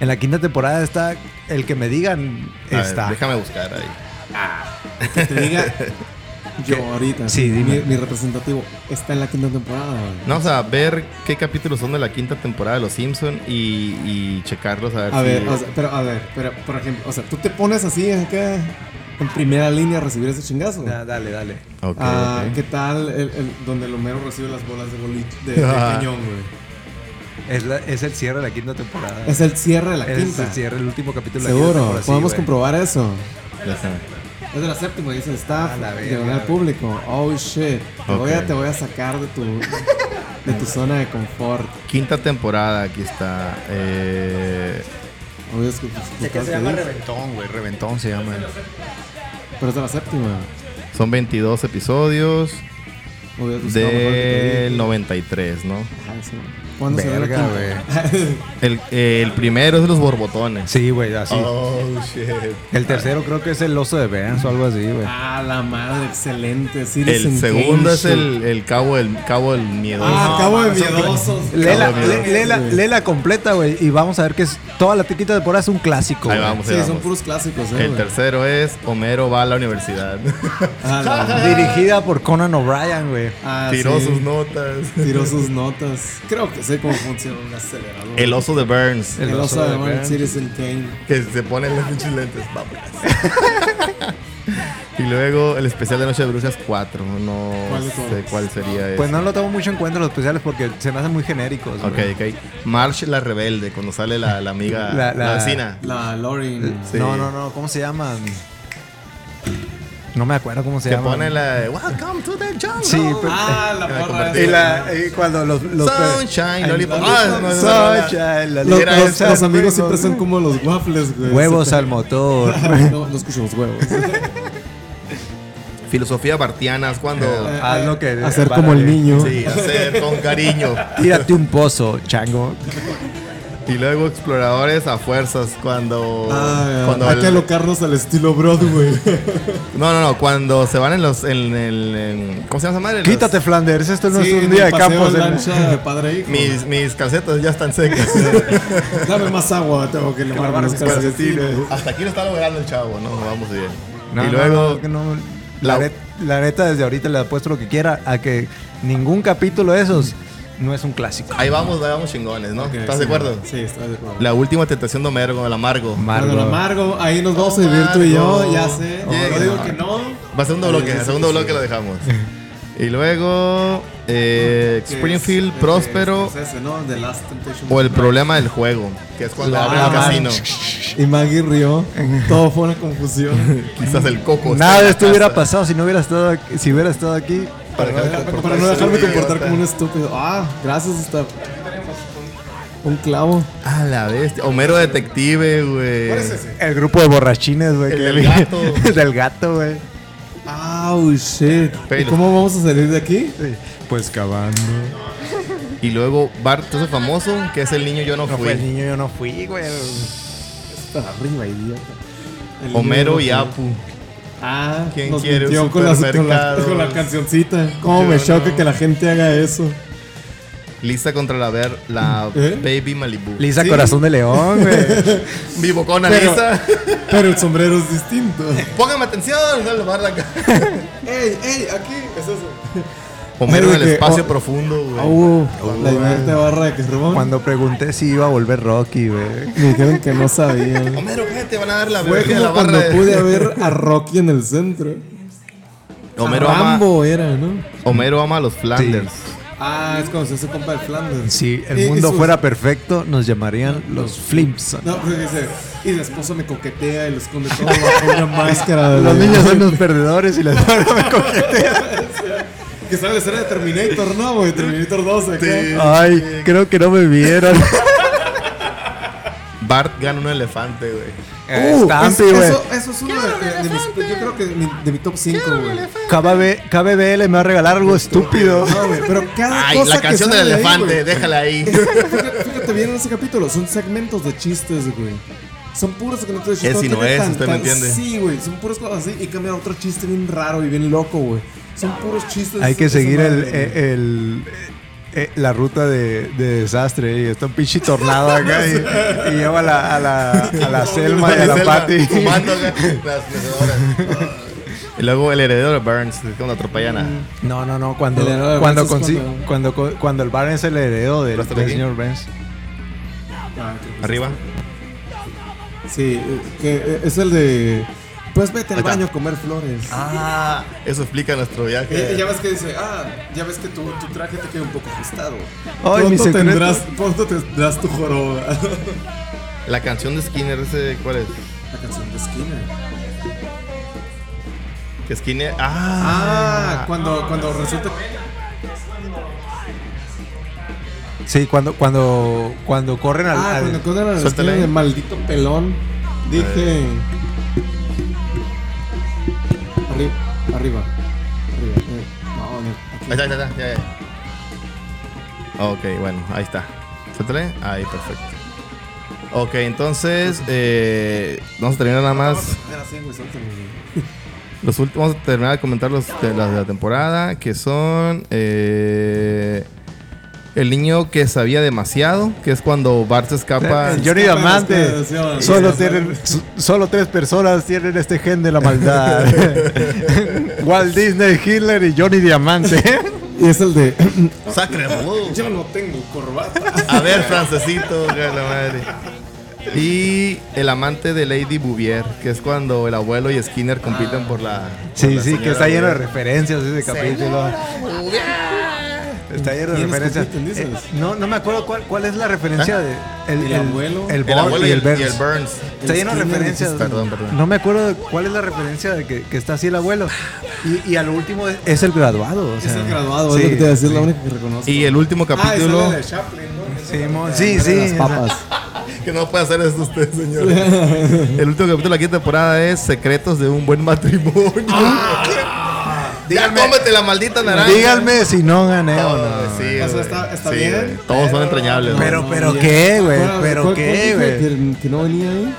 Speaker 2: en la quinta temporada está el que me digan
Speaker 1: A ver,
Speaker 2: está.
Speaker 1: déjame buscar ahí.
Speaker 3: Que te diga yo ahorita.
Speaker 2: Sí, dime.
Speaker 3: Mi, mi representativo está en la quinta temporada. güey.
Speaker 1: Vamos a ver qué capítulos son de la quinta temporada de Los Simpson y, y checarlos a ver
Speaker 3: A
Speaker 1: si-
Speaker 3: ver, o sea, pero a ver, pero por ejemplo, o sea, tú te pones así acá en primera línea a recibir ese chingazo. güey.
Speaker 2: Ah, Dale, dale.
Speaker 1: Ok,
Speaker 3: Ah,
Speaker 1: ok.
Speaker 3: ¿qué tal el, el- donde el Homero recibe las bolas de boliche de, de
Speaker 1: Ah.
Speaker 3: cañón, güey?
Speaker 2: Es, la- es el cierre de la quinta temporada.
Speaker 3: Es el cierre de la
Speaker 2: Es
Speaker 3: quinta.
Speaker 2: el cierre, el último capítulo. de la quinta
Speaker 3: Seguro,
Speaker 2: temporada, sí,
Speaker 3: podemos
Speaker 2: güey.
Speaker 3: comprobar eso.
Speaker 1: Ya está.
Speaker 3: Es de la séptima, dice el staff.
Speaker 2: Ah, la
Speaker 3: de
Speaker 2: verga,
Speaker 3: verdad
Speaker 2: güey.
Speaker 3: público. Oh shit. Te, voy
Speaker 1: Ok.
Speaker 3: a, te voy a sacar de tu, de tu zona de confort.
Speaker 1: Quinta temporada, aquí está. Eh,
Speaker 3: Obvio, es que-
Speaker 4: Sé que se llama Rebel.
Speaker 2: Reventón, güey. Reventón se llama.
Speaker 3: Pero es de la séptima.
Speaker 1: son 22 episodios
Speaker 3: Obvio, es Pues que
Speaker 1: del
Speaker 3: no.
Speaker 1: 93, ¿no?
Speaker 3: Ajá, sí. ¿Cuándo se ve
Speaker 2: Verga,
Speaker 3: la quinta?
Speaker 1: El, eh, el primero es de los borbotones.
Speaker 2: Sí, güey, así.
Speaker 1: Oh, shit.
Speaker 2: El tercero creo que es el oso de Benz o algo así, güey.
Speaker 3: ah, la madre, excelente.
Speaker 1: El segundo es el, el cabo del cabo del miedo.
Speaker 3: Ah, cabo de miedosos.
Speaker 2: Léela,
Speaker 1: Cabrón,
Speaker 2: lé-
Speaker 1: güey.
Speaker 2: léela- léela completa, güey. Y vamos a ver que es, toda la tiquita de temporada es un clásico.
Speaker 1: Ahí
Speaker 2: güey.
Speaker 1: vamos, ahí
Speaker 3: Sí, son
Speaker 1: vamos.
Speaker 3: puros clásicos, eh.
Speaker 1: El
Speaker 3: güey.
Speaker 1: tercero es Homero va a la universidad.
Speaker 3: Ah, la madre.
Speaker 2: Dirigida por Conan O'Brien, güey.
Speaker 3: Ah,
Speaker 1: Tiró
Speaker 3: sí.
Speaker 1: sus notas.
Speaker 3: Tiró sus notas. Creo que sé cómo funciona un acelerador.
Speaker 1: El oso de Burns.
Speaker 3: El oso de Marvel
Speaker 2: Burns.
Speaker 3: Citizen Kane.
Speaker 1: Que se pone los pinches lentes. Vamos. y luego el especial de Noche de Brujas 4. No
Speaker 3: ¿Cuál de
Speaker 1: sé
Speaker 3: todos? Ah,
Speaker 1: cuál sería ese.
Speaker 2: Pues no lo tomo mucho en cuenta los especiales porque se me hacen muy genéricos.
Speaker 1: Ok,
Speaker 2: güey.
Speaker 1: ok. March la rebelde, cuando sale la, la amiga, la,
Speaker 2: La- la-
Speaker 1: vecina.
Speaker 3: La Lauren.
Speaker 1: Sí.
Speaker 2: No, no, no. ¿Cómo se llama? No me acuerdo cómo se
Speaker 1: Que
Speaker 2: llama.
Speaker 1: pone la de Welcome to the jungle.
Speaker 2: Sí, pero-
Speaker 3: Ah, la
Speaker 1: Que me
Speaker 3: porra.
Speaker 1: convertí.
Speaker 2: Y
Speaker 3: esa.
Speaker 2: la, y cuando los, los
Speaker 1: Sunshine,
Speaker 2: Ay,
Speaker 1: Lollipop.
Speaker 2: no,
Speaker 1: Ah, no, no, no, no.
Speaker 2: Sunshine, la
Speaker 3: Los,
Speaker 1: Era
Speaker 3: los-
Speaker 1: esa,
Speaker 3: los amigos siempre son como los waffles, güey.
Speaker 2: Huevos
Speaker 3: Se-
Speaker 2: al motor.
Speaker 3: No, no escucho los huevos.
Speaker 1: Filosofía bartianas, cuando.
Speaker 2: Haz lo que.
Speaker 3: Hacer como el
Speaker 2: eh.
Speaker 3: niño.
Speaker 1: Sí, hacer con cariño.
Speaker 2: Tírate un pozo, chango.
Speaker 1: Y luego exploradores a fuerzas cuando.
Speaker 3: Ah,
Speaker 1: cuando
Speaker 3: hay
Speaker 1: el-
Speaker 3: que alocarnos al estilo Broadway.
Speaker 1: no, no, no. Cuando se van en los. En, el en- ¿Cómo se llama esa madre? Los-
Speaker 2: Quítate, Flanders. Esto no
Speaker 3: Sí,
Speaker 2: es
Speaker 3: en
Speaker 2: un día
Speaker 3: el
Speaker 2: de
Speaker 3: paseo
Speaker 2: campos.
Speaker 3: en
Speaker 2: eh.
Speaker 3: lancha de padre e hijo.
Speaker 1: Mis, mis calcetas ya están secas.
Speaker 3: Dame más agua, tengo que lavar
Speaker 2: bárbaro,
Speaker 3: los
Speaker 2: qué bárbaro.
Speaker 3: calcetines.
Speaker 1: Hasta aquí lo está logrando el chavo, ¿no? Vamos bien.
Speaker 2: No,
Speaker 1: y
Speaker 2: no,
Speaker 1: luego.
Speaker 2: no, que no.
Speaker 1: la-
Speaker 2: la, net- la neta, desde ahorita le apuesto lo que quiera a que ningún capítulo de esos no es un clásico.
Speaker 1: Ahí vamos, ahí vamos chingones, ¿no?
Speaker 3: Ok,
Speaker 1: ¿Estás
Speaker 3: sí,
Speaker 1: de acuerdo?
Speaker 3: Sí, estoy de acuerdo.
Speaker 1: La última tentación de Homero con el amargo.
Speaker 3: Amargo.
Speaker 2: Margo.
Speaker 3: amargo, ahí nos vamos a vivir tú y yo,
Speaker 1: Amargo.
Speaker 3: ya sé.
Speaker 1: Llega.
Speaker 3: No digo que no.
Speaker 1: Va a segundo bloque,
Speaker 3: Sí, sí,
Speaker 1: segundo
Speaker 3: sí.
Speaker 1: bloque lo dejamos. Y luego. eh,
Speaker 3: Que es-
Speaker 1: Springfield,
Speaker 3: que es-
Speaker 1: Próspero.
Speaker 3: es ese, ¿no? The Last Temptation.
Speaker 1: O el problema del juego, que es cuando
Speaker 2: La
Speaker 1: abre el
Speaker 2: mar-
Speaker 1: casino.
Speaker 3: Y Maggie rió. Todo fue una confusión.
Speaker 1: Quizás el coco.
Speaker 2: Nada de esto
Speaker 1: estuviera
Speaker 2: hubiera pasado si no hubiera estado aquí. Si hubiera estado aquí.
Speaker 1: Para
Speaker 3: Para,
Speaker 1: dejar-
Speaker 3: para
Speaker 1: para
Speaker 3: no dejarme
Speaker 1: ser un
Speaker 3: comportar
Speaker 1: idiota.
Speaker 3: como un estúpido. Ah, gracias, está. Un clavo.
Speaker 1: A la bestia. Homero Detective, güey.
Speaker 2: El grupo de borrachines, güey.
Speaker 1: El
Speaker 2: que-
Speaker 1: del gato.
Speaker 2: del gato, güey.
Speaker 3: Au, Ah, shit. ¿Y
Speaker 1: Pero-
Speaker 3: cómo vamos a salir de aquí?
Speaker 2: Pues cavando.
Speaker 1: Y luego Bart, ese famoso, que es el niño yo no
Speaker 2: No fue el
Speaker 1: fui.
Speaker 2: niño, yo no fui, güey.
Speaker 3: Para arriba, idiota. El
Speaker 1: Homero y
Speaker 3: libro.
Speaker 1: Apu.
Speaker 3: Ah,
Speaker 1: ¿Quién
Speaker 3: nos
Speaker 1: quiere un
Speaker 3: mintió con, las- con la,
Speaker 1: supermercado?
Speaker 3: con la cancioncita. Cómo
Speaker 1: Yo
Speaker 3: me choca
Speaker 1: no.
Speaker 3: que la gente haga eso.
Speaker 1: Lista contra la ver la
Speaker 3: ¿Eh?
Speaker 1: Baby Malibu.
Speaker 2: Lisa Corazón de León, güey.
Speaker 1: Vivo con
Speaker 3: Pero-
Speaker 1: Lisa.
Speaker 3: Pero el sombrero es distinto.
Speaker 1: Póngame atención. dale, Bart, acá.
Speaker 3: ey, ey, aquí. Es eso.
Speaker 1: Homero en el
Speaker 3: que-
Speaker 1: espacio
Speaker 3: oh.
Speaker 1: profundo, güey.
Speaker 3: Au, la divertida barra de que robó.
Speaker 2: Cuando pregunté si iba a volver Rocky, güey.
Speaker 3: Me dijeron que no sabían.
Speaker 1: Homero, ¿qué? Te van a dar la
Speaker 3: Fue
Speaker 1: verga de
Speaker 3: como
Speaker 1: la
Speaker 3: cuando
Speaker 1: barra. de-
Speaker 3: pude ver a Rocky en el centro.
Speaker 1: Homero,
Speaker 3: a
Speaker 1: ama,
Speaker 3: Rambo era, ¿no?
Speaker 1: Homero ama a los Flanders.
Speaker 3: Ah, es cuando se hace compa de Flanders.
Speaker 2: Si el
Speaker 3: Y- y
Speaker 2: mundo
Speaker 3: sus-
Speaker 2: fuera perfecto, nos llamarían los Flimpson.
Speaker 3: No, pero dice, y la esposa me coquetea y lo esconde todo bajo una máscara. de-
Speaker 2: Los niños son los perdedores y las me
Speaker 3: Que sale la escena de Terminator, ¿no, güey? Terminator 12, ¿qué?
Speaker 2: Ay, creo que no me vieron.
Speaker 1: Bart gana un elefante, güey.
Speaker 3: Uh,
Speaker 2: Stampy,
Speaker 3: eso,
Speaker 2: güey.
Speaker 3: eso, eso es uno de, de- de mis... Yo creo que de mi, de mi top 5, güey.
Speaker 2: KB KBBL me va a regalar algo estúpido.
Speaker 3: No, güey, pero cada
Speaker 1: Ay,
Speaker 3: Ah, cosa
Speaker 1: la
Speaker 3: que
Speaker 1: canción del
Speaker 3: sale ahí,
Speaker 1: elefante,
Speaker 3: güey.
Speaker 1: déjala ahí.
Speaker 3: Fíjate, fíjate bien en ese capítulo, son segmentos de chistes, güey. Son puros segmentos de chistes.
Speaker 1: Es y no
Speaker 3: tiene
Speaker 1: es, usted me entiende.
Speaker 3: Sí, güey, son puros cosas así y cambian a otro chiste bien raro y bien loco, güey. Son puros chistes.
Speaker 2: Hay que
Speaker 3: esa
Speaker 2: seguir
Speaker 3: madre,
Speaker 2: el, eh,
Speaker 3: güey.
Speaker 2: el- el- eh, la ruta de, de desastre. Y está un pinche tornado acá y, y lleva a la, a la, a la Selma y a la
Speaker 1: Selma
Speaker 2: Patty.
Speaker 1: fumando acá, las mecedoras. Y luego el heredero de Burns, es cuando atropellan a.
Speaker 2: No, no, no. Cuando,
Speaker 3: El heredero de
Speaker 2: cuando,
Speaker 3: Burns es
Speaker 2: consi- cuando, co- cuando el Barnes es el heredero del,
Speaker 1: ¿Lo
Speaker 2: del
Speaker 1: aquí?
Speaker 2: señor Burns.
Speaker 3: Ah, creo que
Speaker 1: Arriba.
Speaker 3: Sí, eh, que eh, es el de. Pues vete
Speaker 1: Ahí
Speaker 3: al
Speaker 1: está.
Speaker 3: baño a comer flores.
Speaker 1: Ah, eso explica nuestro
Speaker 3: Eh, ya
Speaker 1: viaje.
Speaker 3: ves que dice, ah, ya ves que tu, tu traje te queda un poco ajustado.
Speaker 2: Ay, mi
Speaker 3: pronto,
Speaker 2: secreto.
Speaker 3: tendrás, pronto tendrás tu joroba.
Speaker 1: La canción de Skinner, ese, ¿cuál es?
Speaker 3: La canción de Skinner.
Speaker 1: Que Skinner. Ah,
Speaker 3: Ah, cuando, cuando resulta.
Speaker 2: Sí, cuando, cuando, cuando corren al.
Speaker 3: Ah,
Speaker 2: al-
Speaker 3: cuando cuando era la
Speaker 1: Suéltale.
Speaker 3: esquina de maldito pelón. Dije. Arriba, arriba. Arriba. eh, No, no, aquí.
Speaker 1: ahí está, ahí está, ahí está, ya, ya. Ok, bueno, ahí está. Suéltale. Ahí, perfecto. Ok, entonces. Eh, vamos a terminar nada más.
Speaker 3: Era así, güey, suéltame, güey.
Speaker 1: Los últimos, vamos a terminar de comentar los de las de la temporada, que son eh, el niño que sabía demasiado, que es cuando Bart se escapa.
Speaker 2: Eh, Johnny
Speaker 3: Escapa de las
Speaker 2: Diamante.
Speaker 3: creaciones.
Speaker 2: Solo,
Speaker 3: Sí,
Speaker 2: tienen, su- solo tres personas tienen este gen de la maldad. Walt Disney, Hitler y Johnny Diamante.
Speaker 3: Y es el de.
Speaker 1: Sacre, boludo.
Speaker 3: Yo no tengo corbata. Ah,
Speaker 1: A ver, francesito, que la madre. Y el amante de Lady Bouvier, que es cuando el abuelo y Skinner compiten por la.
Speaker 2: sí, sí, que está lleno de referencias ese capítulo. Está lleno de
Speaker 3: ¿Quiénes
Speaker 2: referencias.
Speaker 3: compiten, dices? ¿Ah?
Speaker 2: Eh, no, no me acuerdo cuál, cuál es la referencia de.
Speaker 3: El abuelo.
Speaker 2: el,
Speaker 3: El
Speaker 1: El
Speaker 2: Bond
Speaker 1: abuelo
Speaker 2: y el Burns.
Speaker 1: Burns.
Speaker 2: Está lleno de
Speaker 3: Skinner,
Speaker 2: referencias.
Speaker 1: dices, perdón, perdón.
Speaker 2: No me acuerdo de cuál es la referencia de que, que está así el abuelo. Y, y a lo último es, es el graduado. o
Speaker 3: Es
Speaker 2: sea.
Speaker 3: el graduado,
Speaker 2: Sí,
Speaker 3: es lo que te voy a decir,
Speaker 2: sí.
Speaker 3: la única que reconozco.
Speaker 1: Y el último
Speaker 3: Ah, es
Speaker 1: capítulo.
Speaker 3: la de Chaplin, ¿no?
Speaker 2: Simón, sí, sí.
Speaker 3: Las papas.
Speaker 1: que no puede hacer esto usted, señor. el último capítulo de la quinta temporada es Secretos de un buen matrimonio. ya Ah,
Speaker 2: Díganme-
Speaker 1: cómete la maldita naranja.
Speaker 2: Díganme si no gané o no.
Speaker 1: Oh, sí,
Speaker 3: Eso
Speaker 1: güey.
Speaker 3: está- está
Speaker 1: Sí,
Speaker 3: bien,
Speaker 1: güey. Todos son entrañables.
Speaker 2: Pero-
Speaker 1: güey.
Speaker 2: pero
Speaker 3: ya.
Speaker 2: qué, güey,
Speaker 3: ¿Cuál-
Speaker 2: pero
Speaker 3: cuál-
Speaker 2: qué,
Speaker 3: cuál dijo
Speaker 2: güey.
Speaker 3: Que, que no venía ahí.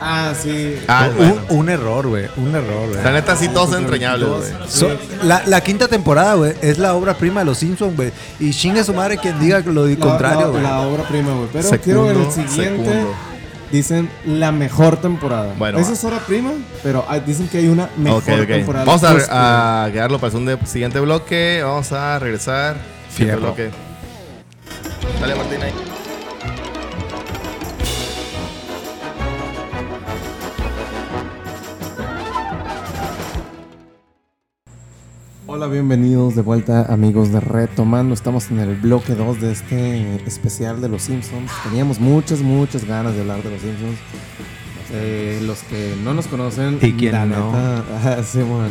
Speaker 3: Ah, sí.
Speaker 1: Ah,
Speaker 2: un,
Speaker 1: bueno.
Speaker 2: un error, güey. Un error,
Speaker 1: La
Speaker 2: güey.
Speaker 1: neta, sí, todos son entrañables,
Speaker 3: Dos.
Speaker 1: güey.
Speaker 2: So- la, la quinta temporada, güey, es la obra prima de los Simpsons, güey. Y chingue su madre quien diga lo
Speaker 3: La- la,
Speaker 2: contrario, güey.
Speaker 3: la obra prima, güey. Pero
Speaker 1: Secundo,
Speaker 3: quiero ver el siguiente.
Speaker 1: secundo.
Speaker 3: Dicen la mejor temporada.
Speaker 1: Bueno,
Speaker 3: Esa
Speaker 1: va.
Speaker 3: es obra prima, pero ah, dicen que hay una mejor
Speaker 1: Ok, ok.
Speaker 3: temporada.
Speaker 1: Vamos
Speaker 3: Pues, güey.
Speaker 1: a, ah, a quedarlo para el segundo- siguiente bloque. Vamos a regresar. Siguiente
Speaker 2: Fierro.
Speaker 1: bloque. Dale, Martín, ahí.
Speaker 3: Hola, bienvenidos de vuelta amigos de Retomando. Estamos en el bloque 2 de este especial de Los Simpsons. Teníamos muchas, muchas ganas de hablar de Los Simpsons. Eh, los que no nos conocen,
Speaker 2: ¿Y quién
Speaker 3: la
Speaker 2: no?
Speaker 3: neta- ajá, sí, bueno.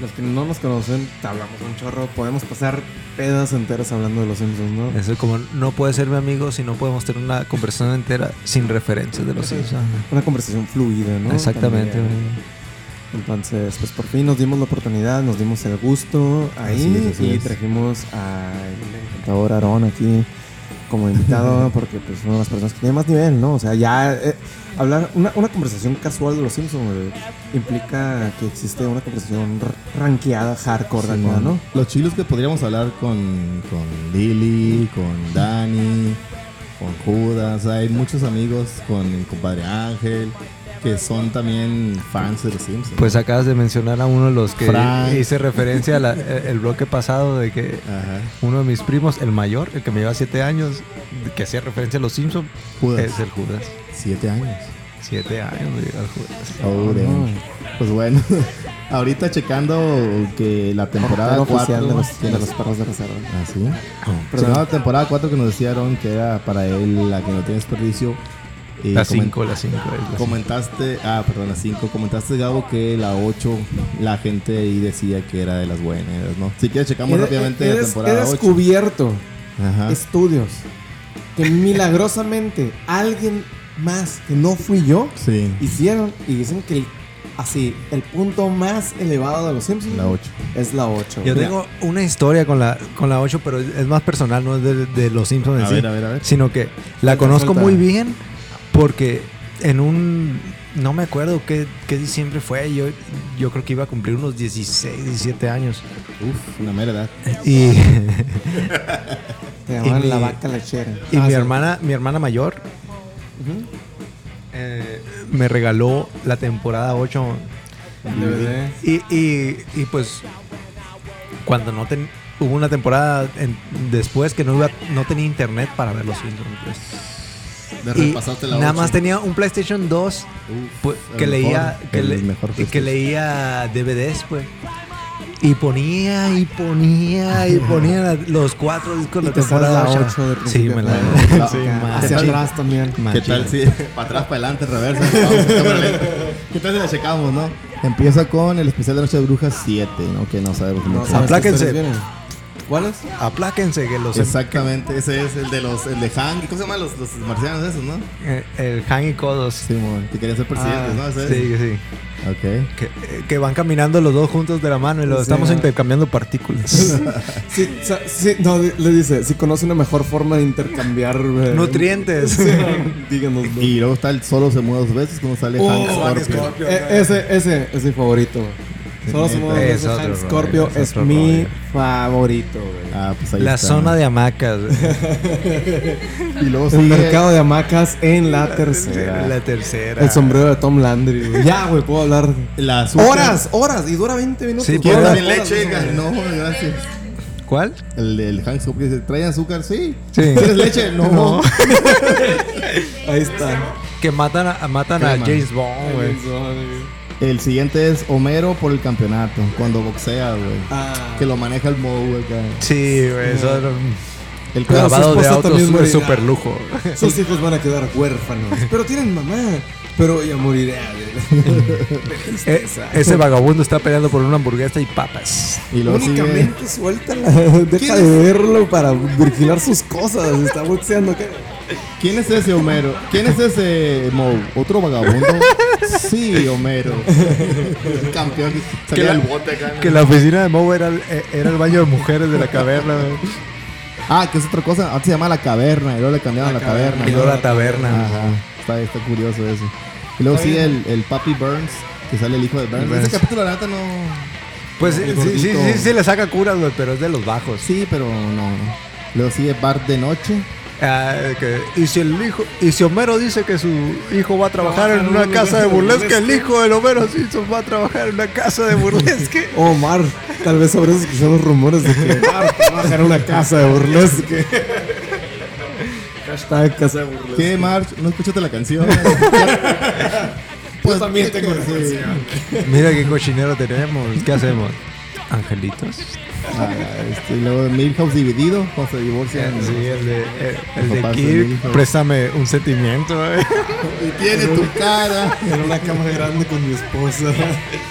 Speaker 3: Los que no nos conocen, te hablamos un chorro. Podemos pasar pedas enteras hablando de Los Simpsons, ¿no?
Speaker 2: Eso es como, no puede ser mi amigo si no podemos tener una conversación entera sin referencias de los Simpsons.
Speaker 3: Una conversación fluida, ¿no?
Speaker 2: Exactamente,
Speaker 3: También.
Speaker 2: güey.
Speaker 3: Entonces, pues por fin nos dimos la oportunidad, nos dimos el gusto ahí
Speaker 2: Así es, así
Speaker 3: y
Speaker 2: es.
Speaker 3: trajimos al encantador Aarón aquí como invitado porque pues es una de las personas que tiene más nivel, ¿no? O sea, ya eh, hablar una, una conversación casual de los Simpsons güey, implica que existe una conversación r- rankeada hardcore de acá, ¿no?
Speaker 1: Los chilos que podríamos hablar con, con Lili, con Dani, con Judas. Hay muchos amigos con mi compadre Ángel que son también fans de los Simpsons.
Speaker 2: Pues acabas de mencionar a uno de los que
Speaker 1: Frank.
Speaker 2: hice referencia al el bloque pasado de que
Speaker 1: Ajá.
Speaker 2: uno de mis primos, el mayor, el que me lleva siete años, que hacía referencia a los Simpsons,
Speaker 1: Judas.
Speaker 2: es el Judas.
Speaker 1: Siete años.
Speaker 2: Siete años, güey, al Judas.
Speaker 3: Ah,
Speaker 1: Oh, damn. Pues bueno, ahorita checando que la temporada
Speaker 3: Portero oficial de
Speaker 1: 4
Speaker 3: los, de los Ah, perros de reserva.
Speaker 1: Así. Pero la temporada 4 que nos decían que era para él la que no tiene desperdicio. eh, y
Speaker 2: La
Speaker 1: comen-
Speaker 2: 5, la 5.
Speaker 1: Comentaste, ah, perdón, la 5. Comentaste, Gabo, que la 8 la gente ahí decía que era de las buenas, ¿no? Si quieres, checamos
Speaker 3: He de-
Speaker 1: rápidamente
Speaker 3: he
Speaker 1: la
Speaker 3: des- He
Speaker 1: temporada 8.
Speaker 3: descubierto
Speaker 1: Ajá.
Speaker 3: estudios que milagrosamente alguien más que no fui yo
Speaker 1: Sí,
Speaker 3: hicieron y dicen que el- así el punto más elevado de los Simpsons
Speaker 1: la 8.
Speaker 3: es la 8.
Speaker 2: Yo tengo una historia con la, con la 8, pero es más personal, no es de, de los Simpsons en
Speaker 1: A
Speaker 2: sí,
Speaker 1: ver, a ver, a ver.
Speaker 2: Sino que la
Speaker 3: Suelta,
Speaker 2: conozco
Speaker 3: suelta.
Speaker 2: muy bien porque en un. No me acuerdo qué, qué diciembre fue. Yo, yo creo que iba a cumplir unos 16, 17 años.
Speaker 1: Uf, una mera edad.
Speaker 2: Y,
Speaker 3: Te llaman
Speaker 2: y
Speaker 3: la
Speaker 2: mi-
Speaker 3: vaca lechera.
Speaker 2: y
Speaker 3: Ah,
Speaker 2: mi,
Speaker 3: sí.
Speaker 2: hermana, mi hermana mayor
Speaker 3: Ujú.
Speaker 2: eh, me regaló la temporada 8
Speaker 3: DVD.
Speaker 2: Y, y- y, pues cuando no ten- hubo una temporada en- después que no iba, no tenía internet para ver los Simpsons. pues.
Speaker 1: De
Speaker 2: Y
Speaker 1: repasaste la 8.
Speaker 2: nada más tenía un PlayStation 2 pues, que leía que, le- que leía DVDs pues. Y ponía y ponía y ponía la- los cuatro discos
Speaker 3: Y
Speaker 2: de la
Speaker 3: te sabes
Speaker 2: temporada
Speaker 3: la
Speaker 2: 8.
Speaker 3: 8 de
Speaker 2: Sí,
Speaker 3: principio
Speaker 2: me
Speaker 3: a
Speaker 2: la
Speaker 3: fin.
Speaker 1: la-
Speaker 2: sí,
Speaker 1: la-
Speaker 2: machín.
Speaker 3: Hacia atrás también.
Speaker 1: ¿Qué
Speaker 2: Machín.
Speaker 1: tal si para atrás, para adelante, reversa? Vamos, cámara lenta. ¿Qué tal si la checamos, no? Empieza con el especial de Noche de Brujas 7, ¿no? Que no sabemos
Speaker 3: No
Speaker 1: mucho.
Speaker 3: sabes qué
Speaker 2: Apláquense.
Speaker 3: historias vienen. ¿Cuáles?
Speaker 2: Apláquense que los...
Speaker 1: Exactamente, ese es el de los el de Hank. ¿Cómo se llaman los, los marcianos esos, no?
Speaker 2: eh, el Han y Codos.
Speaker 1: Sí, mon, que querían ser presidentes,
Speaker 2: Ah,
Speaker 1: ¿no? Ese es.
Speaker 2: sí, sí.
Speaker 1: Ok.
Speaker 2: Que, eh, que van caminando los dos juntos de la mano y los
Speaker 3: Sí,
Speaker 2: estamos
Speaker 3: ah.
Speaker 2: intercambiando partículas.
Speaker 3: Sí, sa- sí, no, di- le dice, si conoce una mejor forma de intercambiar eh,
Speaker 2: Nutrientes.
Speaker 3: sí, no, díganoslo.
Speaker 1: Y luego está el solo se mueve dos veces cuando sale
Speaker 3: Oh,
Speaker 1: Hank
Speaker 3: Hank
Speaker 1: Uh, Scorpio.
Speaker 2: Scorpio.
Speaker 3: Eh, ese, ese es mi favorito. Solo
Speaker 1: neta.
Speaker 3: somos dos
Speaker 2: Es
Speaker 3: veces
Speaker 2: otro
Speaker 3: Hank
Speaker 2: rollo,
Speaker 3: Scorpio
Speaker 2: es
Speaker 3: es,
Speaker 2: otro
Speaker 3: mi
Speaker 2: rollo.
Speaker 3: favorito, güey.
Speaker 1: Ah, pues ahí
Speaker 2: La
Speaker 1: está.
Speaker 2: zona de hamacas. eh,
Speaker 1: Y luego
Speaker 3: El
Speaker 1: sigue-
Speaker 3: mercado de hamacas en la tercera.
Speaker 2: la tercera.
Speaker 3: el sombrero de Tom Landry, güey. Ya, güey, puedo hablar.
Speaker 1: La azúcar.
Speaker 3: Horas, horas, y dura 20 minutos.
Speaker 2: Sí,
Speaker 1: ¿Quieres
Speaker 2: Horas,
Speaker 1: sin leche?
Speaker 3: horas, güey.
Speaker 1: no, gracias.
Speaker 2: ¿Cuál?
Speaker 1: El, el Hank Scorpio dice, ¿trae azúcar? Sí.
Speaker 2: Sí.
Speaker 1: ¿Quieres leche? No.
Speaker 3: Ahí está.
Speaker 2: Que matan a, matan a
Speaker 1: Crema.
Speaker 2: James Bond, Ah, güey.
Speaker 1: El siguiente es Homero por el campeonato, cuando boxea, güey.
Speaker 3: Ah.
Speaker 1: Que lo maneja el Moe, güey. acá.
Speaker 2: Sí, güey. Eso era un
Speaker 1: El
Speaker 3: Pero su
Speaker 2: grabado de
Speaker 3: esposa
Speaker 2: autos
Speaker 3: también
Speaker 2: super,
Speaker 3: morirá.
Speaker 2: super lujo.
Speaker 3: Sus hijos van a quedar huérfanos. Pero tienen mamá. Pero ella morirá. de-
Speaker 2: Eh, ese vagabundo está peleando por una hamburguesa y papas.
Speaker 1: Y luego sigue...
Speaker 3: Únicamente suéltala. Deja de verlo para vigilar sus cosas. Está boxeando. ¿qué?
Speaker 1: ¿Quién es ese Homero? ¿Quién es ese Moe? ¿Otro vagabundo? sí, Homero. el campeón. Salía
Speaker 2: la-
Speaker 1: del bote acá. ¿no?
Speaker 2: Que la oficina de Moe era, el- eh, era el baño de mujeres de la caverna, güey.
Speaker 1: Ah, que es otra cosa. Antes se llamaba La Caverna. Y luego le cambiaron La,
Speaker 3: La
Speaker 1: Caverna.
Speaker 2: Y luego la taberna.
Speaker 1: Ajá. Está, está curioso eso. Y luego sigue el, el Papi Burns, que sale el hijo de Burns.
Speaker 2: Burns.
Speaker 1: Ese capítulo, la neta, no...
Speaker 2: Pues sí,
Speaker 1: El
Speaker 2: sí, sí,
Speaker 1: gordito.
Speaker 2: sí, sí le saca curas, güey, pero es de los bajos.
Speaker 1: Sí, pero no. no. Luego sigue Bart de Noche.
Speaker 2: Ah, que- y si el hijo, y si Homero dice que su hijo va a trabajar
Speaker 3: Trabaja
Speaker 2: en una casa de burlesque, el
Speaker 3: burlesque.
Speaker 2: hijo del Homero Simpson va a trabajar en una casa de burlesque.
Speaker 3: Oh, Mar. Tal vez sobre eso escucharon rumores de que Mar trabaja en una casa de burlesque. Hashtag casa de burlesque.
Speaker 1: ¿Qué, March? ¿No escuchaste la canción?
Speaker 3: Yo también tengo la canción.
Speaker 2: Mira qué cochinero tenemos. ¿Qué hacemos? Angelitos.
Speaker 1: Ah, este, y luego Milhouse dividido, cuando se divorcian.
Speaker 2: Sí, el de, el, el de
Speaker 1: Papás
Speaker 2: Kirk,
Speaker 1: del hijo.
Speaker 2: préstame un sentimiento. eh.
Speaker 1: Y tiene tu cara.
Speaker 3: En una cama grande con mi esposa.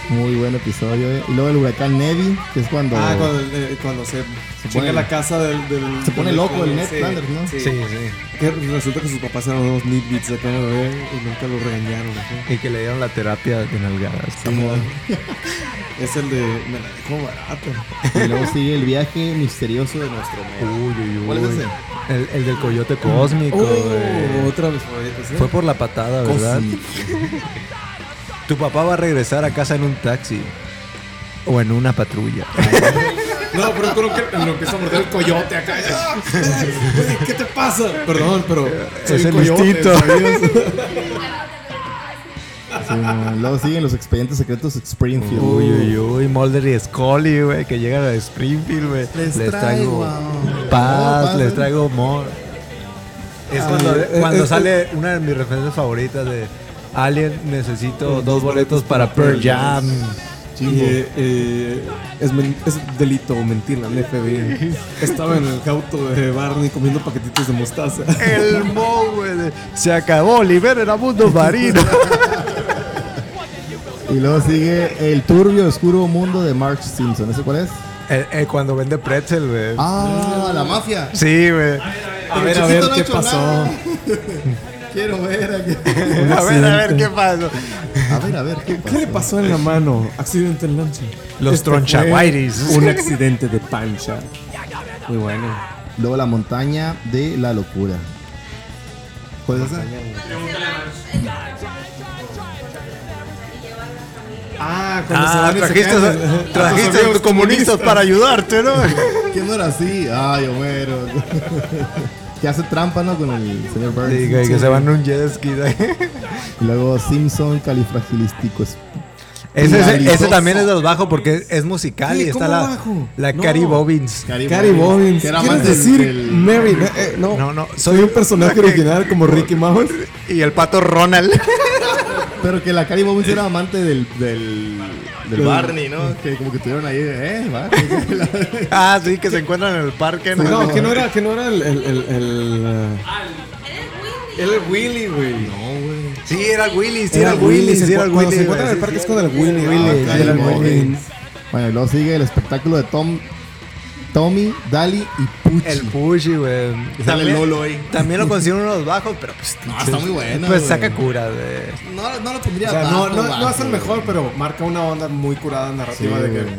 Speaker 1: Muy buen episodio. eh. Y luego el huracán Nevy, que es cuando...
Speaker 3: Ah, cuando, eh, cuando se,
Speaker 1: Se
Speaker 3: chinga
Speaker 1: pone-
Speaker 3: la casa del, del-
Speaker 1: se pone
Speaker 3: del-
Speaker 1: loco el Ned
Speaker 3: sí,
Speaker 1: Flanders, ¿no?
Speaker 3: Sí.
Speaker 2: Sí, sí.
Speaker 3: Que resulta que sus papás eran unos nitbits acá, güey, y nunca lo regañaron. ¿no?
Speaker 2: Y que le dieron la terapia de nalgadas.
Speaker 3: Es el de. Me la dejó barata.
Speaker 1: Y luego sigue el viaje misterioso de nuestro
Speaker 2: Uy,
Speaker 1: Homero.
Speaker 2: uy, uy.
Speaker 1: ¿Cuál es ese?
Speaker 2: El, el del coyote cósmico.
Speaker 3: Oh,
Speaker 2: güey.
Speaker 3: otra de mis favoritas. ¿eh?
Speaker 2: Fue por la patada, ¿verdad? Tu papá va a regresar a casa en un taxi. O en una patrulla.
Speaker 3: No, pero creo que lo empieza a morder el coyote acá. ¡Ah! Oye, ¿Qué te pasa? Perdón, pero. soy
Speaker 2: es el
Speaker 3: coyote,
Speaker 2: instinto.
Speaker 3: ¿sabías?
Speaker 1: Sí, no. luego siguen los expedientes secretos Springfield.
Speaker 2: Uy, uy, uy, Mulder y Scully, güey, que llegan a Springfield, güey.
Speaker 1: Les traigo amor.
Speaker 2: paz,
Speaker 1: Paz.
Speaker 2: les traigo amor. Es
Speaker 3: Ah,
Speaker 2: cuando,
Speaker 3: eh,
Speaker 2: cuando
Speaker 3: eh,
Speaker 2: sale una de mis referencias favoritas de Alien, necesito dos boletos para Pearl Jam.
Speaker 3: Y, eh, eh, es, men- es delito mentir al FBI. Estaba en el auto de Barney comiendo paquetitos de mostaza.
Speaker 2: El Mo, güey, de, se acabó, liberen a Mundo Marino.
Speaker 1: Y luego sigue el turbio oscuro mundo de Marge Simpson. ¿Ese cuál es?
Speaker 2: Eh, eh, cuando vende pretzel, güey.
Speaker 1: Ah, la mafia.
Speaker 2: Sí, güey.
Speaker 3: A ver,
Speaker 2: Este
Speaker 3: a ver qué pasó.
Speaker 1: Quiero ver. aquí.
Speaker 2: A ver, a ver qué pasó.
Speaker 1: A ver, a ver qué pasó.
Speaker 3: ¿Qué le pasó en la mano? Accidente en lancha. Este
Speaker 2: Los
Speaker 3: fue
Speaker 2: tronchaguairis.
Speaker 3: Un accidente de pancha. Muy bueno.
Speaker 1: Luego la montaña de la locura. ¿Cuál es esa?
Speaker 3: Ah,
Speaker 2: Ah, trajiste, trajiste a los comunistas para ayudarte, ¿no?
Speaker 1: ¿Quién no era así? Ay, Homero. que hace trampa, ¿no? Con el señor Burns.
Speaker 2: Sí, güey, que se van en un jet ski. ¿no?
Speaker 1: Y luego Simpson califragilístico.
Speaker 2: Ese, ese,
Speaker 1: Viralizoso.
Speaker 2: ese también es de los bajos porque es, es musical
Speaker 3: Oye,
Speaker 2: y está
Speaker 3: ¿cómo
Speaker 2: la,
Speaker 3: bajo?
Speaker 2: la
Speaker 3: No.
Speaker 2: Cari Bobbins.
Speaker 3: Cary Bobbins.
Speaker 1: Que era
Speaker 3: ¿Quieres
Speaker 1: más del-
Speaker 3: decir
Speaker 1: del-
Speaker 3: Mary? No, eh, no.
Speaker 2: No, no,
Speaker 3: Soy un personaje original como Ricky Mouse.
Speaker 2: Y el pato Ronald.
Speaker 1: Pero que la Cari Bobbins
Speaker 3: Eh.
Speaker 1: era amante del, del, del
Speaker 3: Del-
Speaker 1: Barney, ¿no? Que como que tuvieron ahí, eh, Barney.
Speaker 2: ah, sí, que se encuentran en el parque. ¿no?
Speaker 3: No, que no era, que no era el. el, el, el, eh,
Speaker 4: Eres Windy.
Speaker 3: Él es Willy, güey.
Speaker 1: no, güey.
Speaker 2: Sí, era el Willy, sí,
Speaker 3: Era
Speaker 2: era
Speaker 3: el
Speaker 2: el
Speaker 3: Willy,
Speaker 2: Willy,
Speaker 3: se
Speaker 2: sí, era el
Speaker 3: encuentra- cuando
Speaker 2: Willy.
Speaker 3: se
Speaker 2: güey,
Speaker 3: encuentran en el
Speaker 2: sí,
Speaker 3: parque es
Speaker 2: sí.
Speaker 3: con el Willy.
Speaker 1: Willy,
Speaker 3: Ah,
Speaker 1: sí, era el
Speaker 3: Willy.
Speaker 1: Willy. Bueno, y luego sigue el espectáculo de Tom, Tommy, Dali y Pucci.
Speaker 2: El Pushy, güey.
Speaker 1: Y sale el
Speaker 2: También,
Speaker 1: Lolo ahí.
Speaker 2: también lo considero uno de los bajos, pero pues.
Speaker 1: No, está muy bueno,
Speaker 2: Pues
Speaker 1: güey.
Speaker 2: saca cura, güey.
Speaker 1: No, no lo pondría
Speaker 3: O sea, no,
Speaker 1: bajo,
Speaker 3: no, no es el
Speaker 1: bajo,
Speaker 3: mejor,
Speaker 1: güey.
Speaker 3: pero marca una onda muy curada narrativa
Speaker 1: Sí,
Speaker 3: de que
Speaker 1: güey.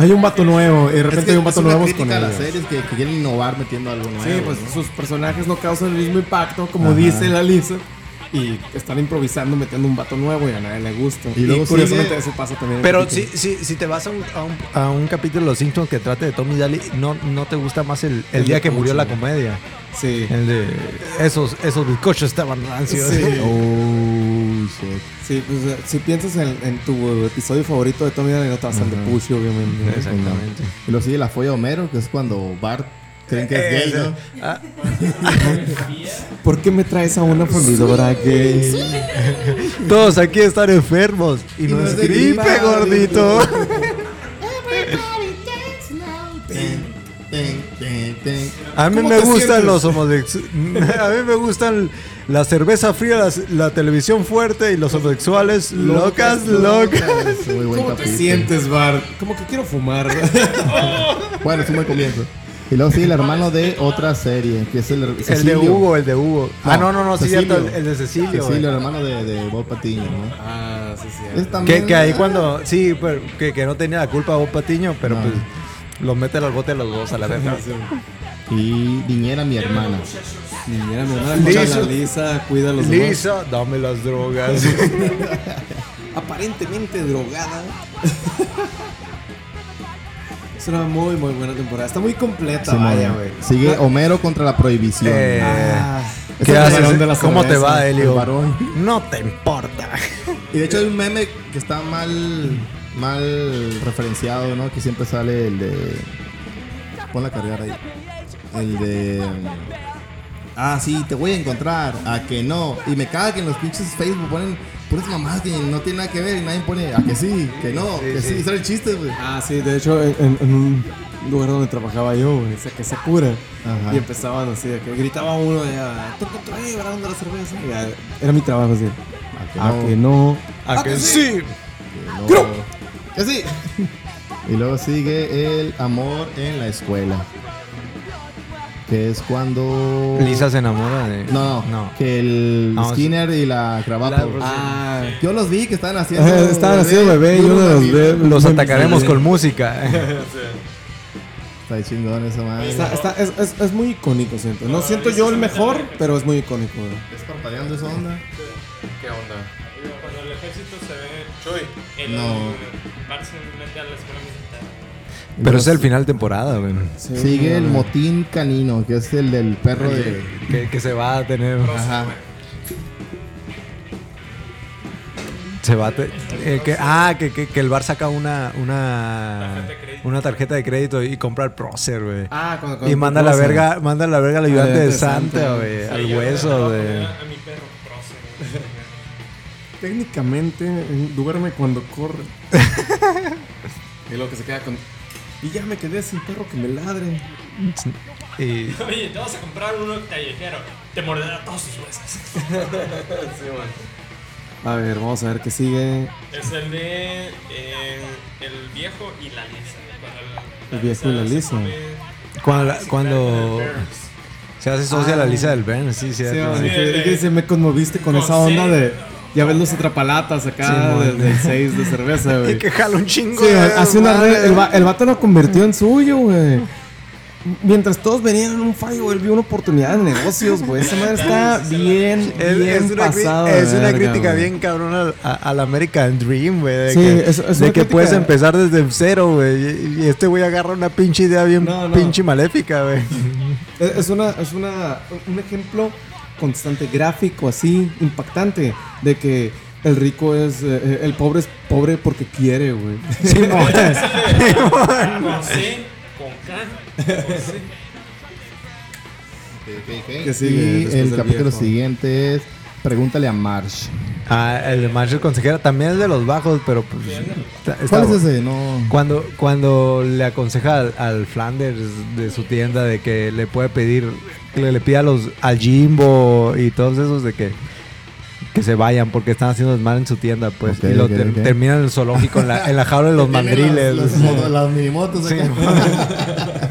Speaker 3: hay un vato nuevo y de repente
Speaker 1: Es que
Speaker 3: hay
Speaker 1: es
Speaker 3: un vato
Speaker 1: una
Speaker 3: nuevo
Speaker 1: crítica
Speaker 3: con
Speaker 1: a las
Speaker 3: ellos.
Speaker 1: series que, que quieren innovar metiendo algo nuevo.
Speaker 3: Sí, pues
Speaker 1: güey.
Speaker 3: sus personajes no causan el mismo impacto como
Speaker 1: Ajá.
Speaker 3: dice la Lisa y están improvisando metiendo un vato nuevo y a nadie le gusta.
Speaker 1: Y
Speaker 3: Y,
Speaker 1: luego
Speaker 3: curiosamente
Speaker 1: sigue-
Speaker 3: eso pasa también. en
Speaker 2: Pero si,
Speaker 3: Piccolo.
Speaker 2: si, si te vas a un, a, un, a un capítulo de Los Simpsons que trate de Tommy Daly, no, no te gusta más el, el
Speaker 3: El
Speaker 2: día
Speaker 3: de
Speaker 2: que murió
Speaker 3: Pucci.
Speaker 2: la comedia.
Speaker 3: sí.
Speaker 2: El de esos, esos bizcochos estaban rancios.
Speaker 3: Sí.
Speaker 1: Oh, shit.
Speaker 3: Sí, pues eh, si piensas en, en tu episodio favorito de Tommy Daly no te vas al de Pushy, obviamente. ¿no?
Speaker 2: Exactamente.
Speaker 1: Y luego sigue la folla de Homero, que es cuando Bart creen que es gay, ¿no?
Speaker 2: Ah,
Speaker 3: ¿Por qué me traes a una fundidora gay?
Speaker 2: todos aquí están enfermos. Y, no,
Speaker 1: no
Speaker 2: es
Speaker 1: es de
Speaker 2: gripe,
Speaker 1: gripa,
Speaker 2: gordito.
Speaker 4: Everybody dance now.
Speaker 1: Ten, ten, ten, ten.
Speaker 2: A mí
Speaker 3: ¿Cómo
Speaker 2: me
Speaker 3: te
Speaker 2: gustan
Speaker 3: sientes?
Speaker 2: los homosexuales. A mí me gustan la cerveza fría, las- la, televisión fuerte y los homosexuales locas, locas.
Speaker 1: Es muy buen
Speaker 3: ¿Cómo te
Speaker 1: capítulo.
Speaker 3: sientes, Bart? Como que quiero fumar.
Speaker 1: Bueno, es un buen comienzo. Y luego sigue el hermano de otra serie, que es el
Speaker 2: El de
Speaker 1: Cecilio.
Speaker 2: Hugo, el de Hugo. ah, no, no, no, sí,
Speaker 1: Cecilio.
Speaker 2: cierto, el, el de Cecilio.
Speaker 1: Cecilio,
Speaker 2: güey.
Speaker 1: el hermano de, de Bob Patiño, ¿no?
Speaker 3: ah, sí, sí.
Speaker 1: Es también-
Speaker 2: Que, que ahí cuando. Sí, pero que, que no tenía la culpa Bob Patiño, pero
Speaker 1: No.
Speaker 2: pues los mete al bote a los dos a la verga.
Speaker 1: Y Niñera, mi hermana.
Speaker 3: Niñera, mi hermana, escucha
Speaker 2: Lisa.
Speaker 3: la Lisa, cuida a los demás.
Speaker 2: Lisa, dame las drogas.
Speaker 3: Aparentemente drogada. es una muy, muy buena temporada. Está muy completa,
Speaker 1: Sí,
Speaker 3: vaya,
Speaker 1: madre.
Speaker 3: güey.
Speaker 1: Sigue Homero contra la prohibición.
Speaker 2: Eh,
Speaker 3: Ah,
Speaker 1: Es
Speaker 2: ¿Qué
Speaker 1: el
Speaker 2: haces?
Speaker 1: varón de la
Speaker 2: ¿Cómo te
Speaker 1: cerveza,
Speaker 2: va,
Speaker 1: el
Speaker 2: Elio?
Speaker 1: varón.
Speaker 2: No te importa.
Speaker 1: Y de hecho hay un meme que está mal mal referenciado, ¿no? Que siempre sale el de pon la cargar ahí. El de Ah, sí, te voy a encontrar. A que no. Y me caga que en los pinches Facebook ponen puras mamadas que no tienen nada que ver y nadie pone a que sí, que no, que sí, Ese era el chiste, güey.
Speaker 3: Ah, sí, de hecho, en, en un lugar donde trabajaba yo, güey, se- que se cura.
Speaker 1: Ajá.
Speaker 3: Y empezaban así, de "Ah, que gritaba uno, ya, toca tu ahí, varón de la cerveza. Y ya, era mi trabajo, así.
Speaker 1: A
Speaker 3: A que no.
Speaker 2: ¿A, que sí?
Speaker 1: que no, que sí. Y luego sigue el amor en la escuela. Que es cuando
Speaker 2: Lisa se enamora de.
Speaker 1: No, no, que el
Speaker 2: No,
Speaker 1: Skinner y la Cravapo.
Speaker 2: La-
Speaker 3: Ah,
Speaker 1: yo los vi que estaban haciendo.
Speaker 3: Eh, Estaban haciendo bebé y
Speaker 1: duro
Speaker 3: uno de los
Speaker 1: una
Speaker 3: bebés
Speaker 1: vida.
Speaker 2: Los atacaremos con música.
Speaker 1: Está chingón esa madre.
Speaker 3: Está, está- es, es- es muy icónico, siento. No siento yo el mejor, pero es muy icónico. güey.
Speaker 1: ¿Es parpadeando esa onda?
Speaker 5: ¿Qué onda?
Speaker 6: Cuando el ejército se ve Choy, el
Speaker 1: No.
Speaker 6: Bart se mete a la escuela militar.
Speaker 2: Pero es el final de temporada, güey.
Speaker 3: Sí,
Speaker 1: Sigue el
Speaker 3: güey.
Speaker 1: motín canino, que es el del perro de.
Speaker 2: Que, que se va a tener.
Speaker 1: Ajá.
Speaker 2: Se va a te- eh, que, ah, que, que- que el bar saca una, una, una tarjeta de crédito y compra el prócer, güey.
Speaker 3: Ah, cuando,
Speaker 2: y
Speaker 3: cuando-
Speaker 2: manda a la
Speaker 3: cuando se-
Speaker 2: verga, manda a la verga al ayudante de Santa, güey.
Speaker 6: Y
Speaker 2: Al
Speaker 6: yo le
Speaker 2: hueso,
Speaker 6: voy a
Speaker 2: güey.
Speaker 6: poner A mi perro, Proce.
Speaker 3: Técnicamente eh, duerme cuando corre. y lo que se queda con. Y ya me quedé sin perro que me ladre.
Speaker 2: Y
Speaker 6: Oye, te vas a comprar uno callejero. Te morderá todos sus huesos.
Speaker 3: A ver, vamos a ver qué sigue.
Speaker 6: Es el de eh, el viejo y la lisa. Cuando
Speaker 3: El viejo y la
Speaker 6: se
Speaker 3: lisa.
Speaker 6: come-
Speaker 2: cuando, la-
Speaker 6: se
Speaker 2: cuando
Speaker 6: come el Burns.
Speaker 2: se hace socia a la lista del Ben, Ah. sí,
Speaker 3: Sí,
Speaker 2: cierto.
Speaker 3: sí,
Speaker 6: sí.
Speaker 3: que- que dice, me conmoviste con
Speaker 6: Con
Speaker 3: esa onda
Speaker 6: sed.
Speaker 3: de. Ya ves los atrapalatas acá
Speaker 2: Simón.
Speaker 3: desde el 6 de cerveza, güey.
Speaker 2: Y que jala un chingo.
Speaker 3: Sí,
Speaker 2: de-
Speaker 3: hace una red, el, va- el vato lo convirtió en suyo, güey. Mientras todos venían en un fallo, él vio una oportunidad de negocios, güey. Esa madre está bien,
Speaker 2: Es,
Speaker 3: bien
Speaker 2: es una, cri-
Speaker 3: pasada de
Speaker 2: es una
Speaker 3: verga,
Speaker 2: crítica
Speaker 3: güey.
Speaker 2: bien cabrona al, a- al American Dream, güey. De
Speaker 3: Sí,
Speaker 2: que,
Speaker 3: es- es
Speaker 2: de
Speaker 3: una
Speaker 2: que
Speaker 3: crítica-
Speaker 2: puedes empezar desde cero, güey. Y, y este güey agarra una pinche idea bien
Speaker 3: No, no.
Speaker 2: pinche maléfica, güey.
Speaker 3: Es, es una, es una, un ejemplo constante, gráfico, así, impactante, de que el rico es, eh, eh, el pobre es pobre porque quiere, güey.
Speaker 6: Con C, con K, con C.
Speaker 3: Que sigue
Speaker 1: y
Speaker 3: después
Speaker 1: el
Speaker 3: del
Speaker 1: capítulo
Speaker 3: viejo.
Speaker 1: siguiente es Pregúntale a Marsh.
Speaker 2: Ah, el Marshall Consejera también es de los bajos, pero pues. está- está
Speaker 1: ¿Cuál
Speaker 2: bueno.
Speaker 1: es ese? No.
Speaker 2: Cuando, cuando le aconseja al, al Flanders de su tienda de que le puede pedir, que le pida a los, al Jimbo y todos esos de que que se vayan porque están haciendo desmadre en su tienda, pues.
Speaker 1: Ok,
Speaker 2: y lo
Speaker 1: ok,
Speaker 2: ter-
Speaker 1: ok.
Speaker 2: terminan en el zoológico, en la, en la jaula de los mandriles.
Speaker 1: Las, moto- las minimotos.
Speaker 2: Sí,
Speaker 1: acá.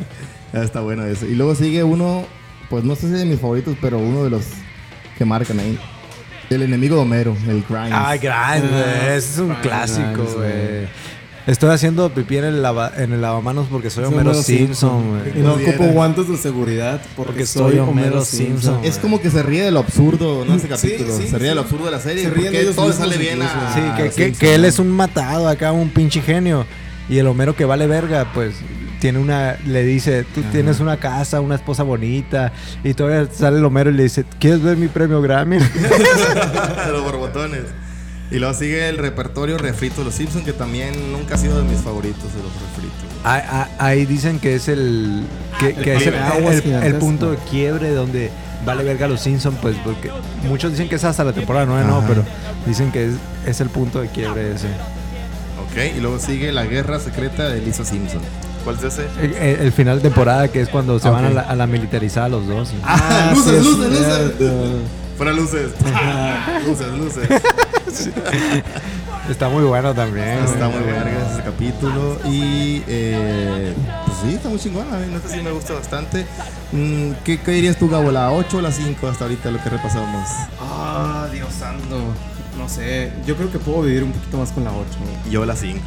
Speaker 1: Ah, Está bueno eso. Y luego sigue uno, pues no sé si de mis favoritos, pero uno de los que marcan ahí. El enemigo de Homero, el Grimes.
Speaker 2: Ah, grande, ese
Speaker 3: Ah,
Speaker 2: es un
Speaker 3: ah,
Speaker 2: clásico,
Speaker 3: Grimes,
Speaker 2: güey. Estoy haciendo pipí en el, lava- en el lavamanos porque soy Homero Simpson,
Speaker 3: Y
Speaker 2: güey.
Speaker 3: no
Speaker 1: Pudiera.
Speaker 3: ocupo guantes de seguridad porque,
Speaker 2: Porque
Speaker 3: soy
Speaker 2: soy Homero
Speaker 3: Homero
Speaker 2: Simpson.
Speaker 3: Simpson.
Speaker 1: es como que se ríe de lo absurdo, ¿no? Ese capítulo.
Speaker 3: sí,
Speaker 1: se ríe de
Speaker 3: sí.
Speaker 1: lo absurdo de la serie.
Speaker 3: Se
Speaker 1: porque
Speaker 3: ríen ellos
Speaker 1: todo le
Speaker 3: mismos
Speaker 1: sale bien
Speaker 3: incluso.
Speaker 1: a.
Speaker 2: Sí, que, que-
Speaker 1: Simpson,
Speaker 2: que él
Speaker 1: ¿no?
Speaker 2: es un matado acá, un pinche genio. Y el Homero que vale verga, pues tiene una, le dice, tú tienes una casa, una esposa bonita. Y todavía sale el Homero y le dice, ¿quieres ver mi premio Grammy?
Speaker 1: de los borbotones. Y luego sigue el repertorio refrito de los Simpsons, que también nunca ha sido de mis favoritos de los refritos.
Speaker 2: Ahí- ahí- ahí dicen que es el que, que es el,
Speaker 3: Aguas
Speaker 2: el- el
Speaker 3: gigantesco.
Speaker 2: punto de quiebre donde vale verga los Simpsons, pues porque muchos dicen que es hasta la temporada 9, no,
Speaker 1: Ajá.
Speaker 2: pero dicen que es, es el punto de quiebre ese.
Speaker 1: Ok, y luego sigue la guerra secreta de Lisa Simpson. ¿Cuál es ese?
Speaker 2: El, el- el final de temporada que es cuando se
Speaker 1: Ah,
Speaker 2: van a
Speaker 1: ok.
Speaker 2: la, a la militarizada los dos.
Speaker 1: Ah, luces,
Speaker 3: sí,
Speaker 1: luces,
Speaker 3: es
Speaker 1: luces.
Speaker 3: cierto.
Speaker 1: Fuera luces. luces, luces.
Speaker 2: Está muy bueno también.
Speaker 1: Está
Speaker 2: güey.
Speaker 1: muy verga ese capítulo. Y eh, pues sí, está muy chingona. No sé si me gusta bastante. Mm, ¿Qué, qué dirías tú, Gabo? ¿La 8 o la 5 hasta ahorita lo que repasamos?
Speaker 3: Ah, Dios santo. No sé, yo creo que puedo vivir un poquito más con la 8.
Speaker 1: Yo la 5.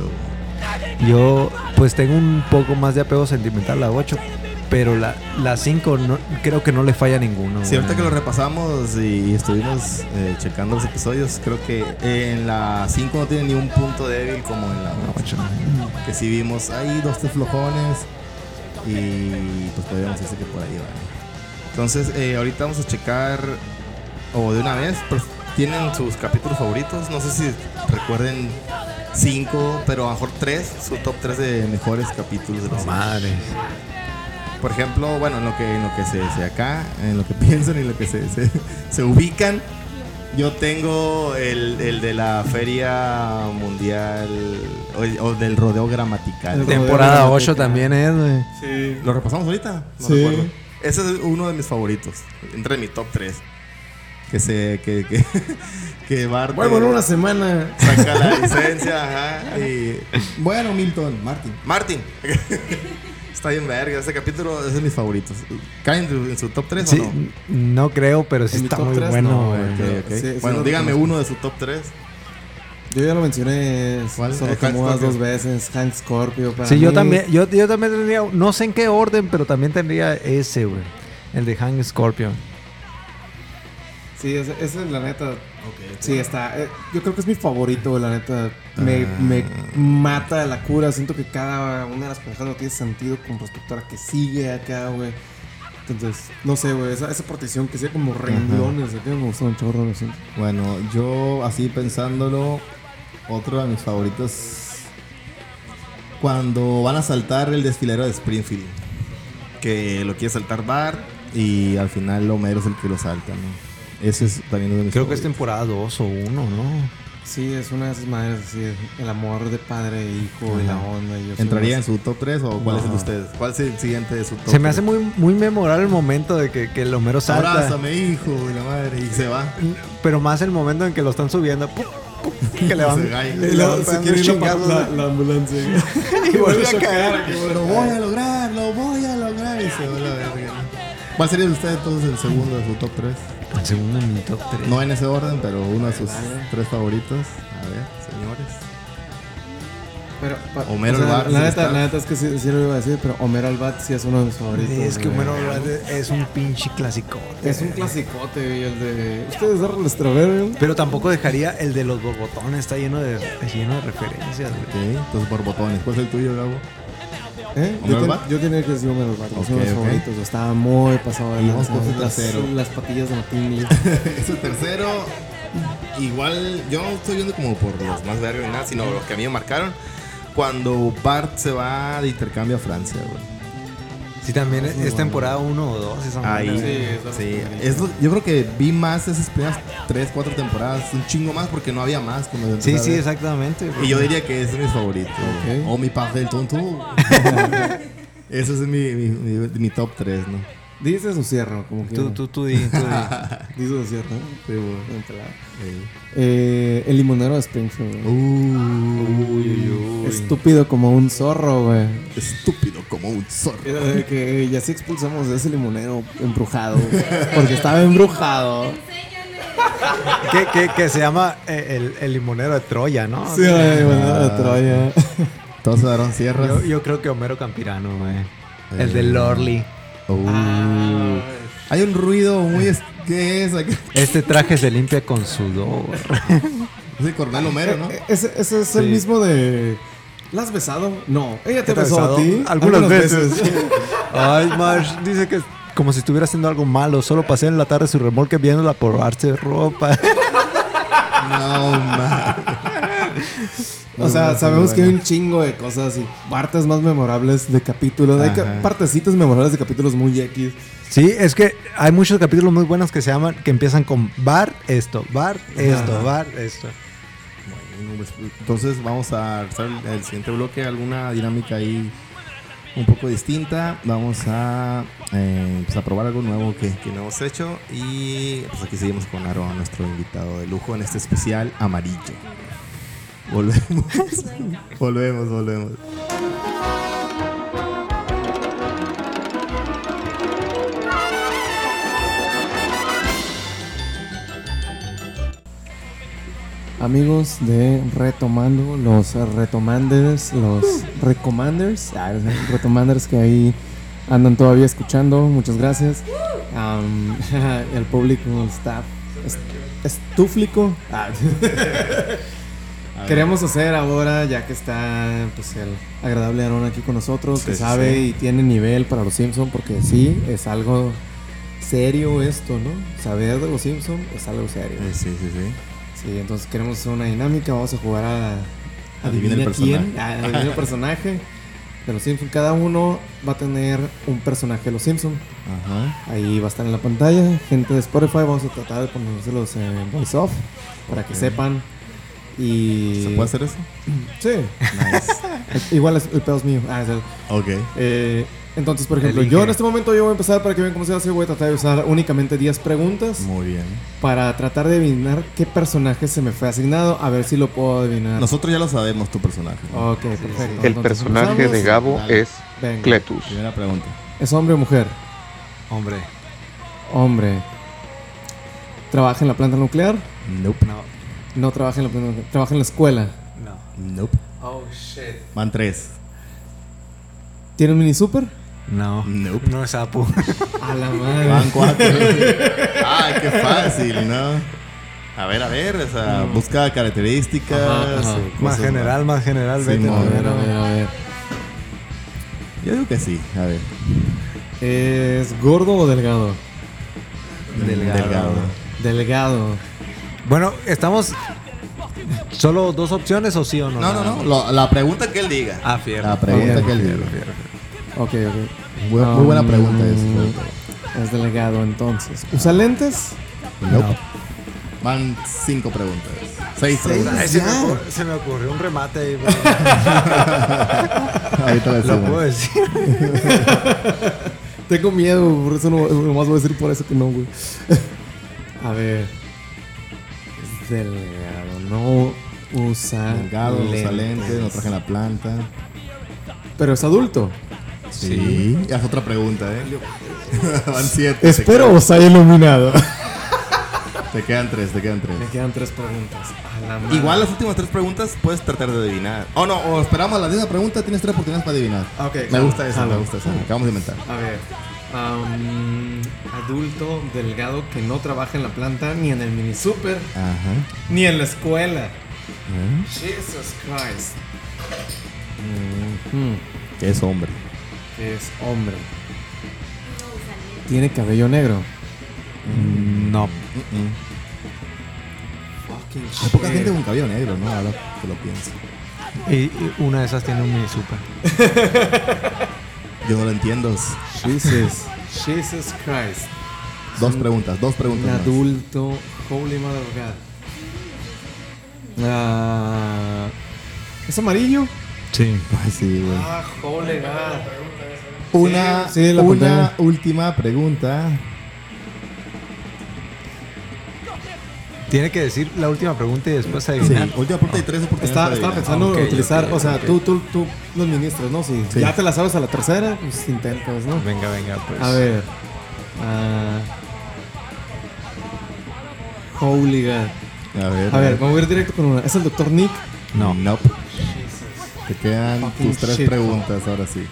Speaker 2: Yo pues tengo un poco más de apego sentimental a la 8, pero la, la 5 no, creo que no le falla a ninguno.
Speaker 1: Sí, ahorita
Speaker 2: güey.
Speaker 1: que lo repasamos y estuvimos eh, checando los episodios, creo que en la 5 no tiene ni un punto débil como en la
Speaker 2: La
Speaker 1: 8.
Speaker 2: ocho.
Speaker 1: Que sí vimos ahí dos tres flojones y pues podríamos decir que por ahí va. Entonces, eh, ahorita vamos a checar, o de una vez, pues, tienen sus capítulos favoritos. No sé si recuerden 5, pero a lo mejor 3, su top 3 de mejores capítulos de los
Speaker 2: Madre.
Speaker 1: por ejemplo, bueno, en lo que, en lo que se, se acá, en lo que piensan y en lo que se, se, se ubican, yo tengo el, el de la Feria Mundial o, o del Rodeo Gramatical.
Speaker 3: Rodeo
Speaker 2: Temporada 8
Speaker 3: dramática.
Speaker 2: también es, güey.
Speaker 6: Sí.
Speaker 1: ¿Lo repasamos ahorita? No
Speaker 3: Sí.
Speaker 1: recuerdo. Ese es uno de mis favoritos, entre mi top 3. Que se. que. que. que Bart.
Speaker 3: Vuelvo en una semana.
Speaker 1: Saca la licencia, ajá. Y... Bueno, Milton, Martin. Martin. Está bien verga, ese capítulo es de mis favoritos. ¿Caen en, su top 3
Speaker 2: Sí,
Speaker 1: o no?
Speaker 2: no creo, pero sí
Speaker 3: En mi
Speaker 2: está
Speaker 3: top
Speaker 2: muy
Speaker 3: tres,
Speaker 2: bueno,
Speaker 3: no,
Speaker 2: güey.
Speaker 1: Ok, ok.
Speaker 3: Sí, sí
Speaker 1: bueno,
Speaker 3: lo
Speaker 1: dígame
Speaker 3: reconozco.
Speaker 1: uno de su top 3.
Speaker 3: Yo ya lo mencioné
Speaker 1: ¿Cuál? Eh,
Speaker 3: solo
Speaker 1: Hank
Speaker 3: como
Speaker 1: Scorpio.
Speaker 3: dos veces. Hank Scorpio. Para
Speaker 2: Sí, yo
Speaker 3: mí.
Speaker 2: también, yo, yo también tendría, no sé en qué orden, pero también tendría ese, güey. El de Hang Scorpion.
Speaker 3: Sí, ese, ese, la neta. Sí, está. eh, Yo creo que es mi favorito, güey, la neta. Me, me mata de la cura. Siento que cada una de las pendejadas no tiene sentido con respecto a la que sigue acá, güey. Entonces, no sé, güey. Esa, esa partición que sea como renglones. acá me gustó un chorro, lo siento.
Speaker 1: Bueno, yo así pensándolo, otro de mis favoritos. Cuando van a saltar el desfilero de Springfield. Que lo quiere saltar Bart y al final Homero es el que lo salta, ¿no? Ese es también uno de mis
Speaker 2: Creo que este es
Speaker 1: favoritos.
Speaker 2: temporada 2 o 1, ¿no?
Speaker 3: Sí, es una de esas madres así. El amor de padre e hijo y la onda. y yo soy
Speaker 1: ¿Entraría
Speaker 3: más-
Speaker 1: en su top 3 o cuál es el de
Speaker 2: No.
Speaker 1: ustedes? ¿Cuál es el siguiente de su top
Speaker 2: Se me hace
Speaker 1: 3?
Speaker 2: muy, muy memorable el momento de que, que el Homero salta.
Speaker 1: Abrázame, hijo, y la madre, y se va.
Speaker 2: Pero más el momento en que lo están subiendo. ¡pum! ¡pum! Que le van,
Speaker 1: Se cae.
Speaker 2: le- le
Speaker 3: La-
Speaker 2: van
Speaker 3: se
Speaker 2: pegando
Speaker 3: quiere ir a
Speaker 2: chingazos,
Speaker 3: parar la, la ambulancia.
Speaker 2: y vuelve a caer.
Speaker 1: Lo voy a lograr, lo voy a lograr. Y se va la verga. ¿Cuál sería de ustedes entonces el segundo de su top 3?
Speaker 2: El segundo en mi top 3.
Speaker 1: No en ese orden, pero uno de sus tres favoritos. A ver, señores.
Speaker 3: Pero, pa-
Speaker 1: Homero
Speaker 3: o sea,
Speaker 1: Albat,
Speaker 3: La
Speaker 1: sí
Speaker 3: neta,
Speaker 1: está.
Speaker 3: la neta es que sí, sí lo iba a decir, pero Homero Albat sí es uno de mis favoritos.
Speaker 2: es que
Speaker 3: güey.
Speaker 2: Homero Brad es un pinche clásico.
Speaker 3: Es un clasicote, güey, el de. Ustedes darle el extraver,
Speaker 2: Pero tampoco dejaría el de los borbotones, está lleno de, lleno de referencias. güey.
Speaker 1: Ok, entonces por botones. ¿Cuál es el tuyo, Gabo?
Speaker 3: ¿Eh?
Speaker 1: ¿Homero
Speaker 3: Yo, ten-
Speaker 1: Albat?
Speaker 3: yo tenía que decir Homero Albat,
Speaker 1: Ok,
Speaker 3: es uno de mis
Speaker 1: ok.
Speaker 3: favoritos. Estaba muy pasado de
Speaker 1: Y vamos
Speaker 3: lanza,
Speaker 1: por su
Speaker 3: las,
Speaker 1: tercero.
Speaker 3: las patillas de Martín
Speaker 1: es el tercero. Igual, yo no estoy viendo como por los más verga ni nada, sino los que a mí me marcaron. Cuando Bart se va de intercambio a Francia, güey.
Speaker 2: Sí, también es, temporada 1 o 2. Esa
Speaker 1: Ahí,
Speaker 2: madre.
Speaker 1: Ah, sí. Es lo- yo creo que vi más esas primeras 3, 4 temporadas, un chingo más porque no había más. cuando lo
Speaker 2: Sí,
Speaker 1: empecé a
Speaker 2: sí,
Speaker 1: ver.
Speaker 2: exactamente. güey.
Speaker 1: Y yo diría que ese es mi favorito.
Speaker 3: Ok.
Speaker 1: O mi paz del tonto. Ese es mi, mi, mi- mi top 3, ¿no?
Speaker 3: ¿Dices o cierro? Como
Speaker 2: Tú,
Speaker 3: quieras.
Speaker 2: tú, tú, di, tú di.
Speaker 3: Dices o cierro. Sí, güey. bien pelado.
Speaker 1: Ey.
Speaker 3: Eh, el limonero de Springfield, güey.
Speaker 1: Uy,
Speaker 3: Estúpido como un zorro, güey.
Speaker 1: Estúpido como un zorro.
Speaker 3: Era de que ya sí expulsamos a ese limonero embrujado. Porque estaba embrujado.
Speaker 2: que, que, que se llama eh, el, el limonero de Troya, ¿no?
Speaker 3: Sí, güey, bueno, de Troya.
Speaker 1: Todos se daron sierras.
Speaker 2: Yo, yo creo que Homero Campirano, güey. El de Lorly.
Speaker 1: Uh. Hay un ruido muy... Es ¿Qué es? acá?
Speaker 2: Este traje se limpia con sudor.
Speaker 1: Es el coronel Homero, ¿no?
Speaker 3: Eh, Ese, ese es el
Speaker 2: Sí.
Speaker 3: mismo de. ¿La has besado? No. ¿Ella te
Speaker 2: ¿Te ha
Speaker 3: besó
Speaker 2: besado?
Speaker 3: a ti?
Speaker 2: Algunas veces. Ay, Marsh, dice que es como si estuviera haciendo algo malo. Solo pasé en la tarde su remolque viéndola probarse ropa.
Speaker 1: No, man.
Speaker 3: O sea, sabemos que hay un chingo de cosas y partes más memorables de capítulos. Hay ca-
Speaker 1: Ajá.
Speaker 3: partecitas memorables de capítulos muy X.
Speaker 2: Sí, es que hay muchos capítulos muy buenos que se llaman, que empiezan con bar, esto, bar, esto, bar, esto.
Speaker 1: Bueno, pues, Entonces vamos a regresar al al siguiente bloque, alguna dinámica ahí un poco distinta. Vamos a, eh, pues, a probar algo nuevo que, que no hemos hecho. Y pues aquí seguimos con Aaron, nuestro invitado de lujo en este especial amarillo. Volvemos, volvemos, volvemos.
Speaker 3: Amigos de Retomando, los Retomanders, los Recommanders, ah, los Retomanders que ahí andan todavía escuchando, muchas gracias. Am, el público está est- estúflico. Ah. Queremos hacer ahora, ya que está pues, el agradable Aaron aquí con nosotros, que
Speaker 1: Sí, sí,
Speaker 3: sabe
Speaker 1: sí.
Speaker 3: y tiene nivel para los Simpson, porque sí, es algo serio esto, ¿no? Saber de los Simpson es algo serio.
Speaker 1: Eh, sí, sí, sí.
Speaker 3: Sí, entonces queremos hacer una dinámica. Vamos a jugar a.
Speaker 1: Adivina el
Speaker 3: quién. a Adivina el personaje de los Simpsons. Cada uno va a tener un personaje de los Simpsons.
Speaker 1: Ajá.
Speaker 3: Ahí va a estar en la pantalla. Gente de Spotify, vamos a tratar de ponérselos en voice off para que
Speaker 1: Ok.
Speaker 3: sepan. Y.
Speaker 1: ¿Se puede hacer eso?
Speaker 3: Sí. Igual es- el pedo es mío. Ah, es el-
Speaker 1: Ok.
Speaker 3: eh, entonces, por ejemplo,
Speaker 2: Elige.
Speaker 3: yo en este momento yo voy a empezar para que vean cómo se hace. Voy a tratar de usar únicamente 10 preguntas
Speaker 1: Muy bien.
Speaker 3: para tratar de adivinar qué personaje se me fue asignado, a ver si lo puedo adivinar.
Speaker 1: Nosotros ya lo sabemos, tu personaje.
Speaker 3: Ok, perfecto.
Speaker 5: El
Speaker 3: Entonces,
Speaker 5: personaje de
Speaker 3: empezamos.
Speaker 5: Gabo
Speaker 1: Dale.
Speaker 5: es
Speaker 3: Venga.
Speaker 5: Cletus.
Speaker 1: Primera pregunta.
Speaker 3: ¿Es hombre o mujer?
Speaker 2: Hombre,
Speaker 3: Hombre. ¿Trabaja en la planta nuclear?
Speaker 1: Nope.
Speaker 2: no,
Speaker 3: No trabaja en la planta nuclear. ¿Trabaja en la escuela?
Speaker 2: no.
Speaker 1: Nope.
Speaker 2: Oh, shit.
Speaker 1: Van tres.
Speaker 3: ¿Tiene un mini super?
Speaker 2: No,
Speaker 1: Nope.
Speaker 2: no es sapo.
Speaker 3: A la madre.
Speaker 1: Van cuatro. Ay, qué fácil, ¿no? A ver, a ver, o sea, busca características.
Speaker 3: Ajá, ajá.
Speaker 1: o
Speaker 2: Más
Speaker 1: cosas
Speaker 2: general, más general, vete.
Speaker 1: Simón.
Speaker 3: A
Speaker 2: no,
Speaker 3: ver, a ver, a ver.
Speaker 1: Yo digo que sí, a ver.
Speaker 3: ¿Es gordo o delgado?
Speaker 1: Delgado.
Speaker 3: Delgado.
Speaker 2: Bueno, estamos. ¿Solo dos opciones o sí o no?
Speaker 1: No, no, no, lo- la pregunta que él diga.
Speaker 2: Ah, fierro.
Speaker 1: La pregunta
Speaker 3: Fierro,
Speaker 1: que él diga.
Speaker 3: Ok, ok.
Speaker 1: Muy, muy buena
Speaker 3: Um,
Speaker 1: pregunta eso.
Speaker 3: Es delgado entonces. ¿Usa lentes?
Speaker 1: Nope. Van cinco preguntas. Seis
Speaker 2: Ay,
Speaker 1: preguntas.
Speaker 2: se, me ocurrió, se me ocurrió un remate ahí. pero
Speaker 1: Ahorita lo
Speaker 2: Lo puedo
Speaker 1: decimos.
Speaker 2: decir.
Speaker 3: Tengo miedo, por eso no, nomás voy a decir por eso que no, güey. A ver. Es delgado, no usa.
Speaker 1: Delgado, usa
Speaker 3: lentes.
Speaker 1: lentes, no traje la planta.
Speaker 3: Pero es adulto.
Speaker 1: Sí. Haz otra pregunta, ¿eh? Van siete.
Speaker 3: Espero os haya iluminado.
Speaker 1: Te quedan tres, te quedan tres.
Speaker 3: Me quedan tres preguntas. A la madre.
Speaker 1: Igual las últimas tres preguntas puedes tratar de adivinar. O Oh, no, o esperamos a la décima pregunta, tienes tres oportunidades para adivinar.
Speaker 3: Ah, ok,
Speaker 1: Me
Speaker 3: claro,
Speaker 1: gusta eso,
Speaker 3: claro.
Speaker 1: me gusta eso. Acabamos de inventar.
Speaker 3: A ver. am, adulto, delgado, que no trabaja en la planta, ni en el mini super,
Speaker 1: Ajá.
Speaker 3: ni en la escuela.
Speaker 1: ¿Eh?
Speaker 3: Jesus Christ. Hmm.
Speaker 1: Que es hombre.
Speaker 3: que es hombre. Tiene cabello negro.
Speaker 2: No.
Speaker 1: Hay poca gente con cabello negro, ¿no? Ahora que lo pienso.
Speaker 2: Y, y una de esas tiene un mini super.
Speaker 1: Yo no lo entiendo.
Speaker 3: Jesus. Jesus Christ.
Speaker 1: Dos preguntas, dos
Speaker 3: Un
Speaker 1: preguntas. más.
Speaker 3: adulto. Holy mother of God. Ah, ¿Es amarillo?
Speaker 2: Sí.
Speaker 1: Ay, sí, güey.
Speaker 3: Ah, holy God.
Speaker 1: Una,
Speaker 3: Sí, la
Speaker 1: una
Speaker 3: pantalla.
Speaker 1: última pregunta.
Speaker 2: Tiene que decir la última pregunta y después
Speaker 1: Sí,
Speaker 2: adivinar.
Speaker 1: última pregunta y tres oportunidades.
Speaker 3: Estaba,
Speaker 1: para
Speaker 3: estaba
Speaker 1: adivinar.
Speaker 3: pensando
Speaker 2: Ah, Ok,
Speaker 3: en utilizar,
Speaker 2: ok,
Speaker 3: o sea,
Speaker 2: ok.
Speaker 3: tú, tú, tú los ministros, ¿no? Si
Speaker 1: Sí.
Speaker 3: ya te la sabes a la tercera, pues intentas, ¿no?
Speaker 2: Venga, venga, pues.
Speaker 3: A ver. ah, holy God.
Speaker 1: A ver,
Speaker 3: A ver, vamos a ir directo con una. Es el doctor Nick.
Speaker 1: No. Nope. Te quedan
Speaker 3: Fucking
Speaker 1: tus tres
Speaker 3: shit.
Speaker 1: preguntas ahora sí.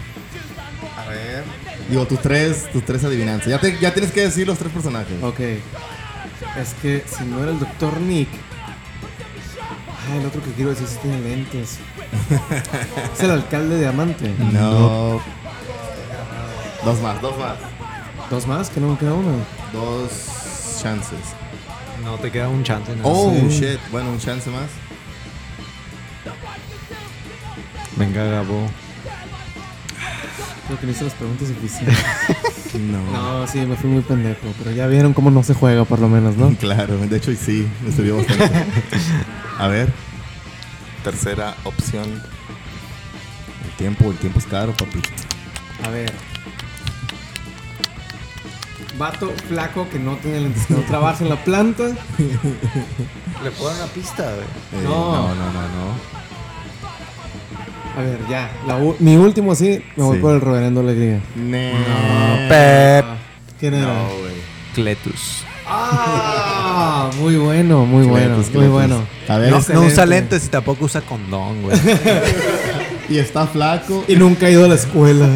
Speaker 1: A ver. Digo, tus tres, tus tres adivinanzas. Ya, te- ya tienes que decir los tres personajes.
Speaker 3: Ok. Es que si no era el doctor Nick. Ah, el otro que quiero decir si tiene lentes. es el alcalde de Amante.
Speaker 1: No. Dos más, dos más.
Speaker 3: Dos más, que no me queda uno.
Speaker 1: Dos chances.
Speaker 2: No te queda un chance. nada
Speaker 1: Oh,
Speaker 2: más.
Speaker 1: shit. Bueno, un chance más.
Speaker 2: Venga, Gabo.
Speaker 3: Creo que le hice las preguntas difíciles.
Speaker 1: No.
Speaker 3: no, sí, me fui muy pendejo. Pero ya vieron cómo no se juega, por lo menos, ¿no?
Speaker 1: Claro, de hecho, y sí, me sirvió bastante. A ver. Tercera opción. El tiempo, el tiempo es caro, papi.
Speaker 3: A ver. Vato flaco que no tiene lentes, que no trabaja en la planta.
Speaker 2: Le puedo dar una pista, güey.
Speaker 1: Eh,
Speaker 3: No.
Speaker 1: no, no, no, no.
Speaker 3: A ver, ya. la u- mi último sí, me voy
Speaker 1: Sí.
Speaker 3: por el reverendo Alegría.
Speaker 1: No,
Speaker 2: Pep.
Speaker 3: ¿Quién era?
Speaker 1: No, güey.
Speaker 2: Cletus.
Speaker 3: Ah, muy bueno, muy bueno,
Speaker 1: Cletus,
Speaker 3: muy
Speaker 1: Cletus.
Speaker 3: bueno.
Speaker 1: A ver,
Speaker 2: No,
Speaker 1: este-
Speaker 2: no usa
Speaker 3: excelente.
Speaker 2: lentes y tampoco usa condón, güey.
Speaker 1: y está flaco.
Speaker 3: Y nunca he ido a la escuela.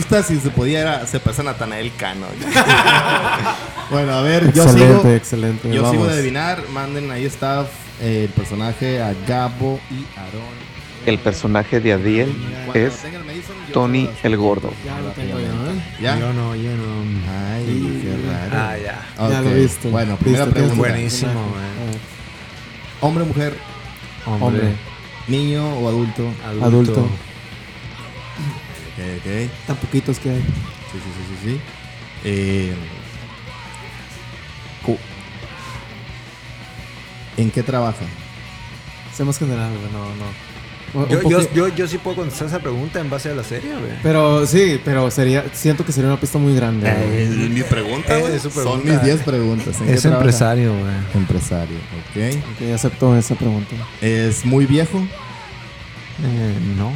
Speaker 1: Mi pista, si se podía, era se pasa Natanael Cano. bueno, a ver, yo
Speaker 3: excelente,
Speaker 1: sigo.
Speaker 3: excelente.
Speaker 1: Yo
Speaker 3: vamos.
Speaker 1: sigo de adivinar. Manden ahí está eh, el personaje a Gabo y Aarón.
Speaker 5: El personaje de Adiel
Speaker 1: Cuando
Speaker 5: es
Speaker 1: tengan Mason, yo se
Speaker 5: Tony
Speaker 1: lo doy.
Speaker 5: el Gordo.
Speaker 3: Ya lo tengo yo, ¿eh?
Speaker 1: ¿Ya?
Speaker 2: no, yo no.
Speaker 1: Ay, qué raro.
Speaker 2: Ah, ya.
Speaker 3: Ya
Speaker 1: Ok,
Speaker 3: lo viste.
Speaker 1: Bueno, primera
Speaker 3: Listo, tienes
Speaker 1: pregunta.
Speaker 3: tu
Speaker 2: Buenísimo,
Speaker 3: personaje.
Speaker 2: güey.
Speaker 3: A ver,
Speaker 1: Hombre, mujer,
Speaker 3: Hombre,
Speaker 1: niño o adulto.
Speaker 3: adulto.
Speaker 1: Ok, ok.
Speaker 3: Tan poquitos que hay.
Speaker 1: Sí, sí, sí, sí, sí. Eh, cu- ¿En qué trabaja?
Speaker 3: Seamos general, güey, no, no. O-
Speaker 2: Yo,
Speaker 3: un
Speaker 2: yo,
Speaker 3: poqui-
Speaker 2: yo, yo sí puedo contestar esa pregunta en base a la serie, güey.
Speaker 3: Pero sí, pero sería, siento que sería una pista muy grande. güey.
Speaker 1: mis preguntas,
Speaker 2: güey.
Speaker 1: Son mis 10 preguntas. ¿En qué
Speaker 2: Es
Speaker 1: trabaja?
Speaker 2: empresario, güey.
Speaker 1: Empresario, ok.
Speaker 3: Ok, acepto esa pregunta.
Speaker 1: ¿Es muy viejo?
Speaker 2: Eh, no.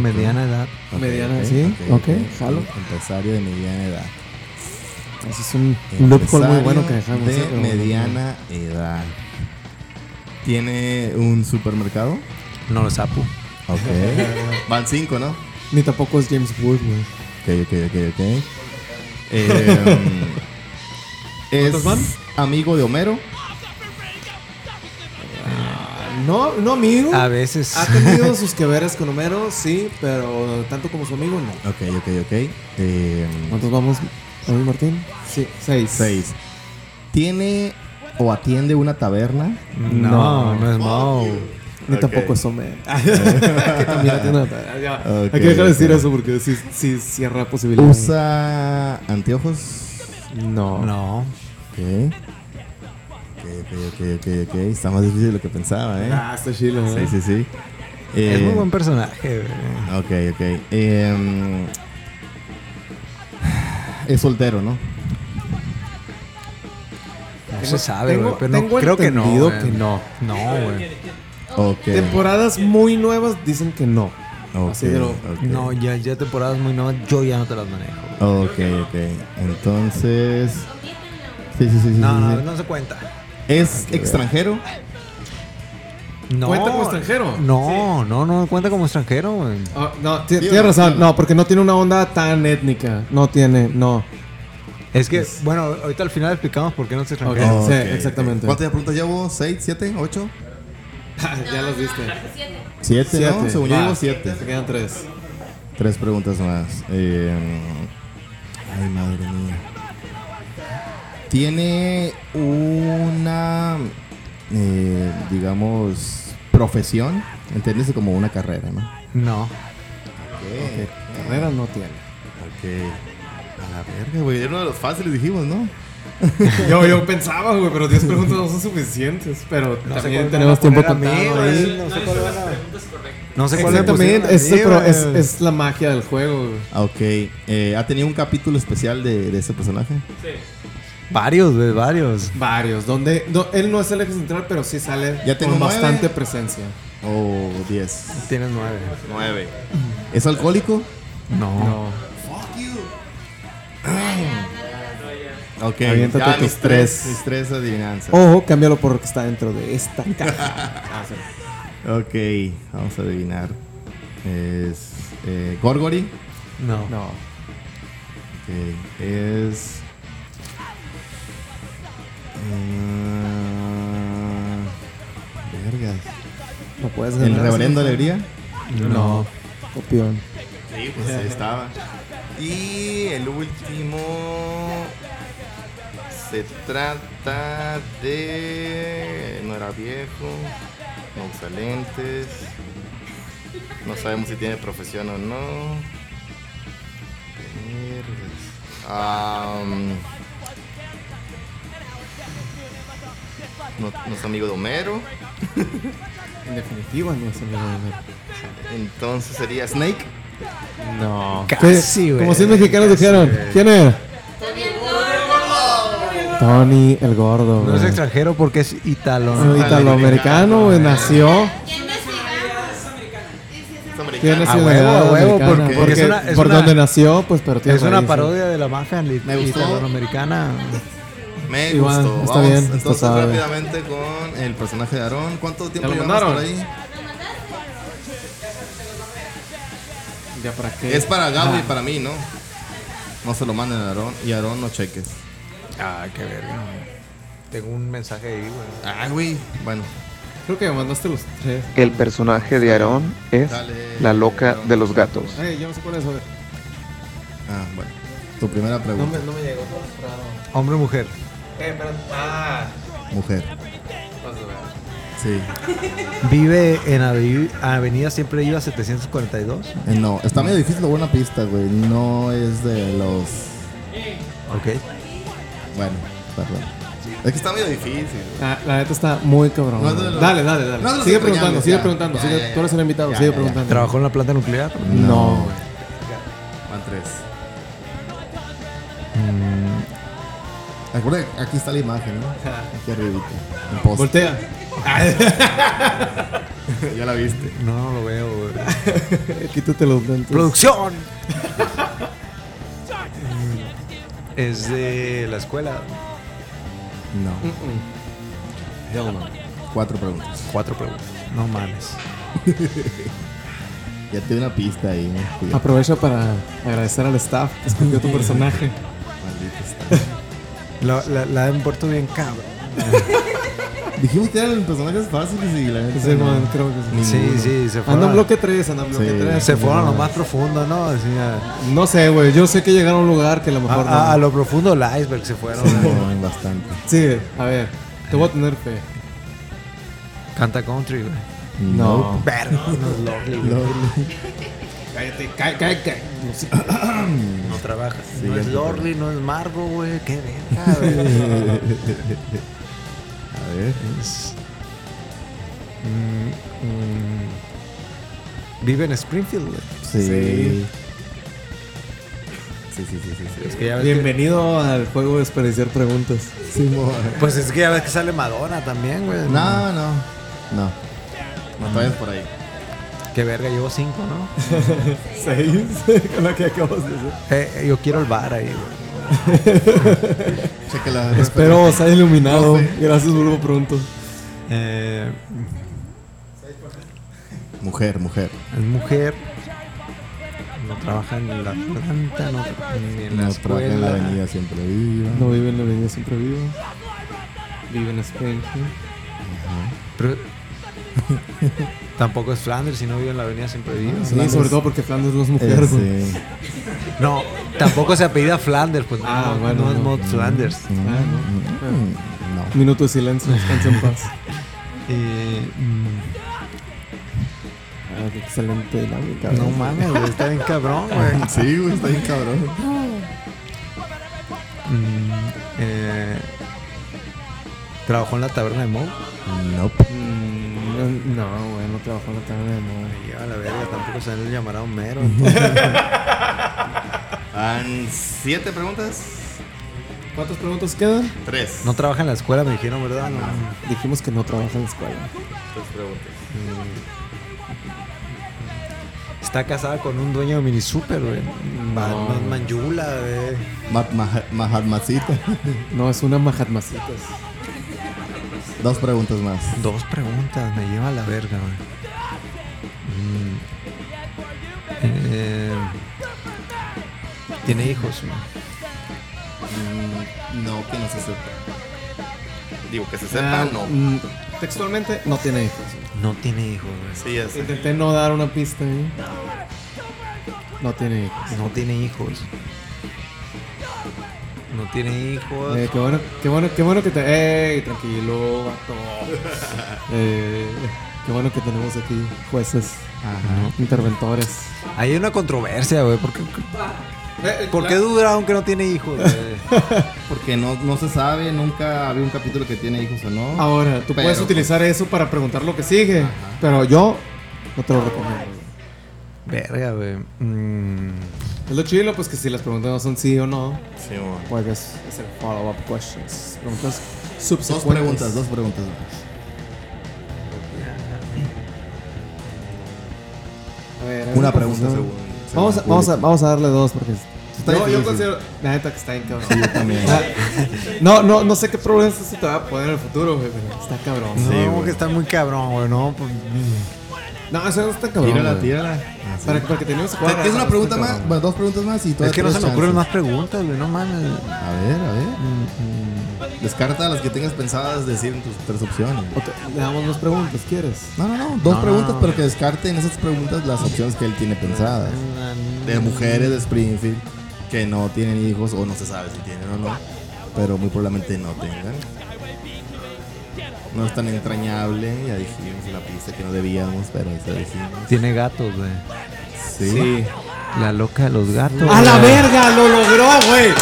Speaker 2: Mediana edad.
Speaker 1: Ok,
Speaker 3: Mediana,
Speaker 1: ok,
Speaker 3: sí, ok, jalo.
Speaker 1: Empresario de mediana edad.
Speaker 3: Ese es un loophole muy
Speaker 1: Empresario
Speaker 3: bueno que dejamos.
Speaker 1: De
Speaker 3: ¿eh? Pero-
Speaker 1: mediana edad. ¿Tiene un supermercado?
Speaker 2: No lo sapo.
Speaker 1: Ok. Van 5, ¿no?
Speaker 3: Ni tampoco es James Wood, güey.
Speaker 1: Ok, ok, ok, ok. Em, ¿Es
Speaker 3: ¿Cuántos van?
Speaker 1: Eh, amigo de Homero?
Speaker 3: Ah, No, no amigo.
Speaker 2: A veces.
Speaker 3: Ha tenido sus que veres con Homero, sí, pero tanto como su amigo, no.
Speaker 1: Ok, ok, ok. Em,
Speaker 3: ¿Cuántos vamos, David Martín? Sí, seis.
Speaker 1: seis. ¿Tiene o atiende una taberna?
Speaker 2: No, no es Mau.
Speaker 3: Ni
Speaker 1: Ok.
Speaker 3: tampoco es Homero. que también tiene una- ya.
Speaker 1: Ok,
Speaker 3: Hay que dejar de decir
Speaker 1: ok.
Speaker 3: eso porque sí, sí cierra posibilidades.
Speaker 1: ¿Usa anteojos?
Speaker 3: No.
Speaker 2: No.
Speaker 1: Ok. Ok, ok, ok, ok, ok. Está más difícil de lo que pensaba, ¿eh?
Speaker 3: Ah, está chido, ¿eh?
Speaker 1: Sí, sí, sí.
Speaker 2: Es muy
Speaker 1: Em,
Speaker 2: buen personaje, güey.
Speaker 1: Ok, ok. Em, es soltero, ¿no?
Speaker 2: No se sabe,
Speaker 3: tengo-
Speaker 2: güey. Pero no-
Speaker 3: tengo
Speaker 2: creo que no.
Speaker 3: entendido
Speaker 2: güey.
Speaker 3: que no.
Speaker 2: No, güey.
Speaker 1: Ok.
Speaker 3: Temporadas muy nuevas dicen que no.
Speaker 1: ok,
Speaker 3: así de lo-
Speaker 1: ok.
Speaker 2: No, ya, ya temporadas muy nuevas, yo ya no te las manejo. güey.
Speaker 1: Ok, ok. Entonces. Sí, sí, sí, sí.
Speaker 2: No,
Speaker 1: sí,
Speaker 2: no,
Speaker 1: sí.
Speaker 2: no se cuenta.
Speaker 1: ¿Es extranjero?
Speaker 2: No.
Speaker 3: ¿Cuenta como extranjero?
Speaker 2: No, no, no cuenta como extranjero, güey.
Speaker 3: Ah, no, ti-
Speaker 1: Sí,
Speaker 3: tienes
Speaker 1: no,
Speaker 3: razón.
Speaker 1: sí,
Speaker 3: No, porque no tiene una onda tan étnica. No tiene, no.
Speaker 2: Es que, bueno, ahorita al final explicamos por qué no es extranjero.
Speaker 3: Ok. Sí,
Speaker 1: Ok, ok.
Speaker 3: exactamente.
Speaker 1: ¿Cuántas preguntas llevo? ¿Seis, siete, ocho?
Speaker 3: ya las viste.
Speaker 1: Siete, ¿no? Según yo
Speaker 3: Va,
Speaker 2: Ah.
Speaker 1: llevo siete.
Speaker 3: Te quedan tres.
Speaker 1: Tres preguntas más. Em, ay, madre mía. Tiene una, eh, digamos, profesión. Entiéndese como una carrera, ¿no?
Speaker 2: No.
Speaker 1: Ok.
Speaker 3: Carrera no tiene.
Speaker 1: A la verga, güey. Era uno de los fáciles, dijimos, ¿no?
Speaker 3: Yo, yo pensaba, güey, pero 10 preguntas no son suficientes. Pero
Speaker 2: No sé
Speaker 3: también
Speaker 2: cuál
Speaker 3: tenemos
Speaker 2: van
Speaker 3: tiempo
Speaker 2: a poner a mí,
Speaker 3: contado
Speaker 2: güey.
Speaker 3: ahí.
Speaker 2: No
Speaker 6: No
Speaker 2: sé
Speaker 6: hizo
Speaker 2: cuál
Speaker 6: las
Speaker 2: van a-
Speaker 6: preguntas correctas.
Speaker 2: No sé cuál le pusieron
Speaker 3: Exactamente,
Speaker 2: ahí,
Speaker 3: es, pero
Speaker 2: güey.
Speaker 3: es, es la magia del juego, güey.
Speaker 1: Ah, Ok. Eh, ¿Ha tenido un capítulo especial de, de ese personaje?
Speaker 6: Sí.
Speaker 2: Varios, güey, varios.
Speaker 3: Varios, donde no, él no es el eje central, pero sí sale
Speaker 1: Ya tengo
Speaker 3: con
Speaker 1: nueve.
Speaker 3: bastante presencia.
Speaker 1: O 10.
Speaker 2: Tienes nueve.
Speaker 1: 9. ¿Es alcohólico?
Speaker 2: No.
Speaker 1: Ok.
Speaker 3: Aviéntate
Speaker 1: ya
Speaker 3: tus
Speaker 1: mis tres.
Speaker 3: tres.
Speaker 1: Mis tres adivinanzas.
Speaker 3: Ojo, cámbialo por lo que está dentro de esta caja.
Speaker 1: Ok. Vamos a adivinar. Es. Eh, Gorgory.
Speaker 2: No.
Speaker 3: no.
Speaker 1: Ok, Es. eh, Ah, vergas.
Speaker 3: No puedes
Speaker 2: Pues
Speaker 3: ganar.
Speaker 1: ¿El
Speaker 3: así.
Speaker 1: reverendo alegría?
Speaker 2: No.
Speaker 3: Copión.
Speaker 1: Sí, pues ahí estaba. Y el último se trata de. No era viejo, no usa lentes. No sabemos si tiene profesión o no. Mierdas. Am, no, no es amigo de Homero.
Speaker 3: En definitiva, no es el reverendo.
Speaker 1: Entonces sería Snake.
Speaker 2: No.
Speaker 3: Sí,
Speaker 2: Casi, güey.
Speaker 3: Como 100 mexicanos dijeron, ¿quién era? Tony el gordo.
Speaker 2: No es
Speaker 3: güey.
Speaker 2: extranjero porque es italo.
Speaker 3: Es un
Speaker 2: ¿no?
Speaker 3: italoamericano, güey, nació.
Speaker 1: Es americano.
Speaker 3: Tiene
Speaker 2: Ah,
Speaker 3: ciudadanía
Speaker 2: huevo, a huevo,
Speaker 3: americana,
Speaker 2: porque-
Speaker 1: porque
Speaker 2: es una- es
Speaker 3: por
Speaker 2: una-
Speaker 3: donde nació, pues, pero tiene
Speaker 2: Es una
Speaker 3: raíces.
Speaker 2: parodia de la maja lit-
Speaker 1: Me gustó.
Speaker 2: italoamericana.
Speaker 1: Me
Speaker 3: Igual,
Speaker 1: gustó.
Speaker 3: está
Speaker 1: Vamos
Speaker 3: bien, está
Speaker 1: entonces
Speaker 3: suave.
Speaker 1: rápidamente con el personaje de Aarón. ¿Cuánto tiempo
Speaker 3: lo
Speaker 1: llevamos por
Speaker 3: mandaron?
Speaker 1: ahí?
Speaker 3: Ya para qué.
Speaker 1: Es para Gabo y para mí, ¿no? No se lo manden a Aarón y Aarón no cheques.
Speaker 2: Ah, qué verga. güey. Tengo un mensaje ahí, güey.
Speaker 1: Ah, güey. Bueno,
Speaker 3: Creo que me mandaste los tres.
Speaker 5: El personaje de Aarón es
Speaker 1: Dale.
Speaker 5: la loca de los gatos.
Speaker 3: Ay, yo no sé cuál es. a ver.
Speaker 1: ah, bueno. Tu primera
Speaker 3: No
Speaker 1: pregunta,
Speaker 3: me, no me llegó.
Speaker 2: Hombre o mujer.
Speaker 6: Eh, pero. Ah.
Speaker 1: mujer. Sí.
Speaker 2: Vive en avi- Avenida Siempre Iba 742.
Speaker 1: Eh, No, está medio difícil la buena pista, güey. No es de los.
Speaker 2: Ok.
Speaker 1: Bueno, perdón. Es que está medio difícil. güey.
Speaker 3: Ah, la neta está muy cabrón.
Speaker 1: No es de los-
Speaker 3: dale, dale, dale.
Speaker 1: No es de los
Speaker 3: sigue
Speaker 1: extrañables,
Speaker 3: preguntando, sigue
Speaker 1: ya.
Speaker 3: preguntando.
Speaker 1: Ya,
Speaker 3: sigue-
Speaker 1: ya, ya.
Speaker 3: Tú eres el invitado,
Speaker 1: Ya,
Speaker 3: sigue
Speaker 1: ya, ya.
Speaker 3: preguntando.
Speaker 2: ¿Trabajó en la planta nuclear?
Speaker 3: No.
Speaker 1: güey. Van tres. Acuérdate, Mm. aquí está la imagen, ¿no? Aquí arribita. En post.
Speaker 3: Voltea.
Speaker 1: Ya la viste.
Speaker 2: No, no lo veo, güey.
Speaker 3: Quítate los lentes.
Speaker 2: ¡Producción! Mm. es de la escuela.
Speaker 1: No. mm.
Speaker 3: Hell no.
Speaker 1: Cuatro preguntas.
Speaker 2: Cuatro preguntas. No mames.
Speaker 1: Ya te di una pista ahí, ¿no? Cuidado.
Speaker 3: Aprovecha para agradecer al staff que escogió tu personaje.
Speaker 1: Maldito está.
Speaker 2: La, la, la han puesto bien cabrón.
Speaker 1: Dijimos que eran personajes fáciles y la gente.
Speaker 3: Sí, man, creo que sí.
Speaker 2: Sí, sí, se
Speaker 3: Anda en
Speaker 2: fueron.
Speaker 3: bloque 3, anda en bloque
Speaker 1: Sí.
Speaker 3: 3.
Speaker 2: Se fueron a lo más profundo, ¿no? Así a,
Speaker 3: No sé, güey. Yo sé que llegaron a un lugar que a lo
Speaker 2: a-
Speaker 3: mejor.
Speaker 2: a-
Speaker 1: Ah,
Speaker 3: no.
Speaker 2: a lo profundo del iceberg se fueron.
Speaker 1: No, bastante.
Speaker 3: Sigue, a ver. Te voy a tener fe.
Speaker 2: Canta country, güey.
Speaker 1: No.
Speaker 2: Verga, unos lovely, güey.
Speaker 3: Cállate, cállate, cállate.
Speaker 2: No trabajas.
Speaker 1: Sí,
Speaker 2: no
Speaker 1: ya
Speaker 2: es
Speaker 1: te
Speaker 2: Lordy, no es Margo, güey. Qué verga, güey.
Speaker 1: A ver.
Speaker 2: Vive en Springfield, güey.
Speaker 1: Sí.
Speaker 3: Sí.
Speaker 1: Sí, sí, sí, sí. sí.
Speaker 2: que ya ves que-
Speaker 3: Bienvenido al juego de desperdiciar preguntas.
Speaker 2: Pues es que ya ves que sale Madonna también, güey.
Speaker 1: No, no. No. No te vayas por ahí.
Speaker 2: Qué verga, llevo cinco, ¿no?
Speaker 3: Seis, con lo que acabas de hacer.
Speaker 2: Eh, eh, yo quiero el bar ahí, güey.
Speaker 1: Chécala.
Speaker 3: Espero os haya iluminado.
Speaker 1: No sé.
Speaker 3: Gracias, vuelvo pronto.
Speaker 2: Eh,
Speaker 1: Mujer, mujer.
Speaker 2: es mujer. No trabaja en la planta, no, ni en la
Speaker 1: No
Speaker 2: escuela.
Speaker 1: trabaja en la avenida siempre viva.
Speaker 3: No vive en la avenida, siempre vivo. Vive en Springfield.
Speaker 2: Pero- tampoco es Flanders, si no vive en la avenida siempre vive.
Speaker 3: Sí, sobre todo porque Flanders no Este, es mujer.
Speaker 1: Eh,
Speaker 3: güey.
Speaker 1: sí.
Speaker 2: No, tampoco se apellida Flanders, pues no,
Speaker 3: Ah,
Speaker 2: no,
Speaker 3: bueno,
Speaker 2: no es
Speaker 3: no.
Speaker 2: Mod Flanders.
Speaker 3: Ah, no.
Speaker 1: Mm, No.
Speaker 3: Minuto de silencio, descansa en paz.
Speaker 2: Eh, mm,
Speaker 3: Ah, qué excelente dinámica.
Speaker 2: no
Speaker 3: güey.
Speaker 2: mames, güey, está bien cabrón, güey.
Speaker 1: Sí, güey, está bien cabrón.
Speaker 2: Mm, eh, Trabajó en la taberna de Mo.
Speaker 1: Nope.
Speaker 3: Mm, No, güey, no trabajó en la tarde, no.
Speaker 2: Y a la verga, tampoco se le llamará Homero.
Speaker 1: Van siete preguntas.
Speaker 3: ¿Cuántas preguntas quedan?
Speaker 1: Tres.
Speaker 2: no trabaja en la escuela, me dijeron, ¿verdad? No.
Speaker 3: Dijimos que no trabaja en la escuela.
Speaker 1: tres preguntas.
Speaker 2: Está casada con un dueño de mini super, güey. Ma- ma- Manjula, eh. güey.
Speaker 1: Ma- ma- Mahatmacita.
Speaker 3: No, es una majatmacitas.
Speaker 1: Dos preguntas más.
Speaker 2: Dos preguntas, me lleva a la verga, güey. Mm. Eh, Tiene hijos, güey.
Speaker 1: Mm, No, que no se sepa. Digo, que se
Speaker 3: Ah, mm, Textualmente, no tiene hijos. güey.
Speaker 2: No tiene hijos,
Speaker 1: Sí,
Speaker 2: güey.
Speaker 1: ya sé.
Speaker 3: Intenté no dar una pista ahí. No tiene hijos.
Speaker 2: No tiene hijos. No tiene hijos.
Speaker 3: Eh, qué bueno, qué bueno, qué bueno que te. ¡Ey! Tranquilo, vato. Eh, qué bueno que tenemos aquí jueces, interventores.
Speaker 2: Hay una controversia, güey. ¿Por qué, Eh, por qué Durán que no tiene hijos? güey?
Speaker 1: Porque no, no se sabe, nunca había un capítulo que tiene hijos o no.
Speaker 3: Ahora, tú
Speaker 1: Pero, pues,
Speaker 3: puedes utilizar eso para preguntar lo que sigue, pero yo no te lo recomiendo. güey.
Speaker 2: Verga, güey. Mm,
Speaker 3: Es lo chilo, pues que si las preguntas no son sí o no, pues,
Speaker 1: Sí, amor.
Speaker 3: puedes hacer follow-up questions. Preguntas
Speaker 1: Dos
Speaker 3: subsecuentes.
Speaker 1: preguntas, dos preguntas.
Speaker 3: A ver,
Speaker 1: Una
Speaker 3: vamos a
Speaker 1: pregunta
Speaker 3: hacer-
Speaker 1: según.
Speaker 3: Vamos a,
Speaker 1: según
Speaker 3: vamos, a,
Speaker 1: público.
Speaker 3: vamos a darle dos porque.
Speaker 1: Está
Speaker 3: yo, yo
Speaker 1: difícil.
Speaker 3: considero. La neta que está bien cabrón.
Speaker 1: Yo también.
Speaker 3: Ah, No, no, no sé qué problemas se te va a poner en el futuro, güey, pero está cabrón.
Speaker 2: no,
Speaker 1: Sí,
Speaker 2: como
Speaker 1: güey.
Speaker 2: que está muy cabrón, güey, ¿no? Pues, mm,
Speaker 3: No, eso no está cabrón.
Speaker 1: Tírala,
Speaker 3: güey.
Speaker 1: tírala.
Speaker 3: Para, para que tenemos que
Speaker 1: Es una pregunta más,
Speaker 3: cabrón.
Speaker 1: bueno, dos preguntas más y todavía
Speaker 2: es que no se
Speaker 1: tienes
Speaker 2: me ocurren más
Speaker 1: chance.
Speaker 2: preguntas, güey. No mames.
Speaker 1: A ver, a ver. Descarta las que tengas pensadas decir en tus tres opciones.
Speaker 3: O te- Le damos dos preguntas, ¿quieres?
Speaker 1: No, no, no. Dos
Speaker 2: No,
Speaker 1: preguntas,
Speaker 2: no.
Speaker 1: pero que descarten esas preguntas las opciones que él tiene pensadas. De mujeres de Springfield que no tienen hijos o no se sabe si tienen o no, pero muy probablemente no tengan. No es tan entrañable, ya dijimos la pista que no debíamos, pero esa dijimos.
Speaker 2: Tiene gatos, güey.
Speaker 1: Sí.
Speaker 2: La loca de los gatos.
Speaker 3: ¡A la
Speaker 2: güey.
Speaker 3: verga! ¡Lo logró, güey!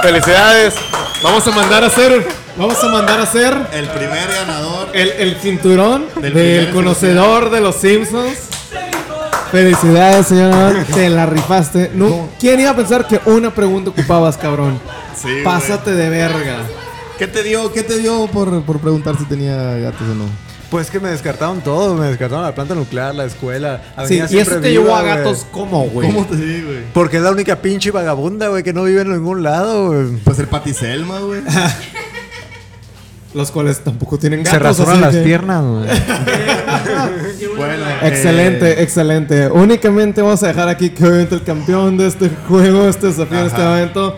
Speaker 1: ¡Felicidades!
Speaker 3: Vamos a mandar a hacer. Vamos a mandar a hacer
Speaker 1: El primer ganador.
Speaker 3: el, el cinturón del,
Speaker 1: primer
Speaker 3: conocedor de los Simpsons. Felicidades, señor. Te la rifaste. No, ¿Quién iba a pensar que una pregunta ocupabas, cabrón?
Speaker 1: Sí, güey.
Speaker 3: Pásate de verga.
Speaker 1: ¿Qué te dio, qué te dio por, por preguntar si tenía gatos o no?
Speaker 2: Pues que me descartaron todo. Me descartaron la planta nuclear, la escuela.
Speaker 3: Sí,
Speaker 2: Avenida
Speaker 3: y eso
Speaker 2: Siempre
Speaker 3: te llevó
Speaker 2: Viva,
Speaker 3: a
Speaker 2: güey.
Speaker 3: gatos como, güey.
Speaker 1: ¿Cómo te di, güey?
Speaker 2: Porque es la única pinche vagabunda, güey, que no vive en ningún lado, güey.
Speaker 1: Pues el Pati Selma, güey.
Speaker 3: Los cuales tampoco tienen gatos.
Speaker 2: Se rasuran
Speaker 3: así
Speaker 2: las
Speaker 3: que-
Speaker 2: piernas, güey.
Speaker 1: bueno,
Speaker 3: Excelente,
Speaker 1: eh,
Speaker 3: excelente. Únicamente vamos a dejar aquí que obviamente el campeón de este juego, este desafío en este
Speaker 1: Ajá.
Speaker 3: momento,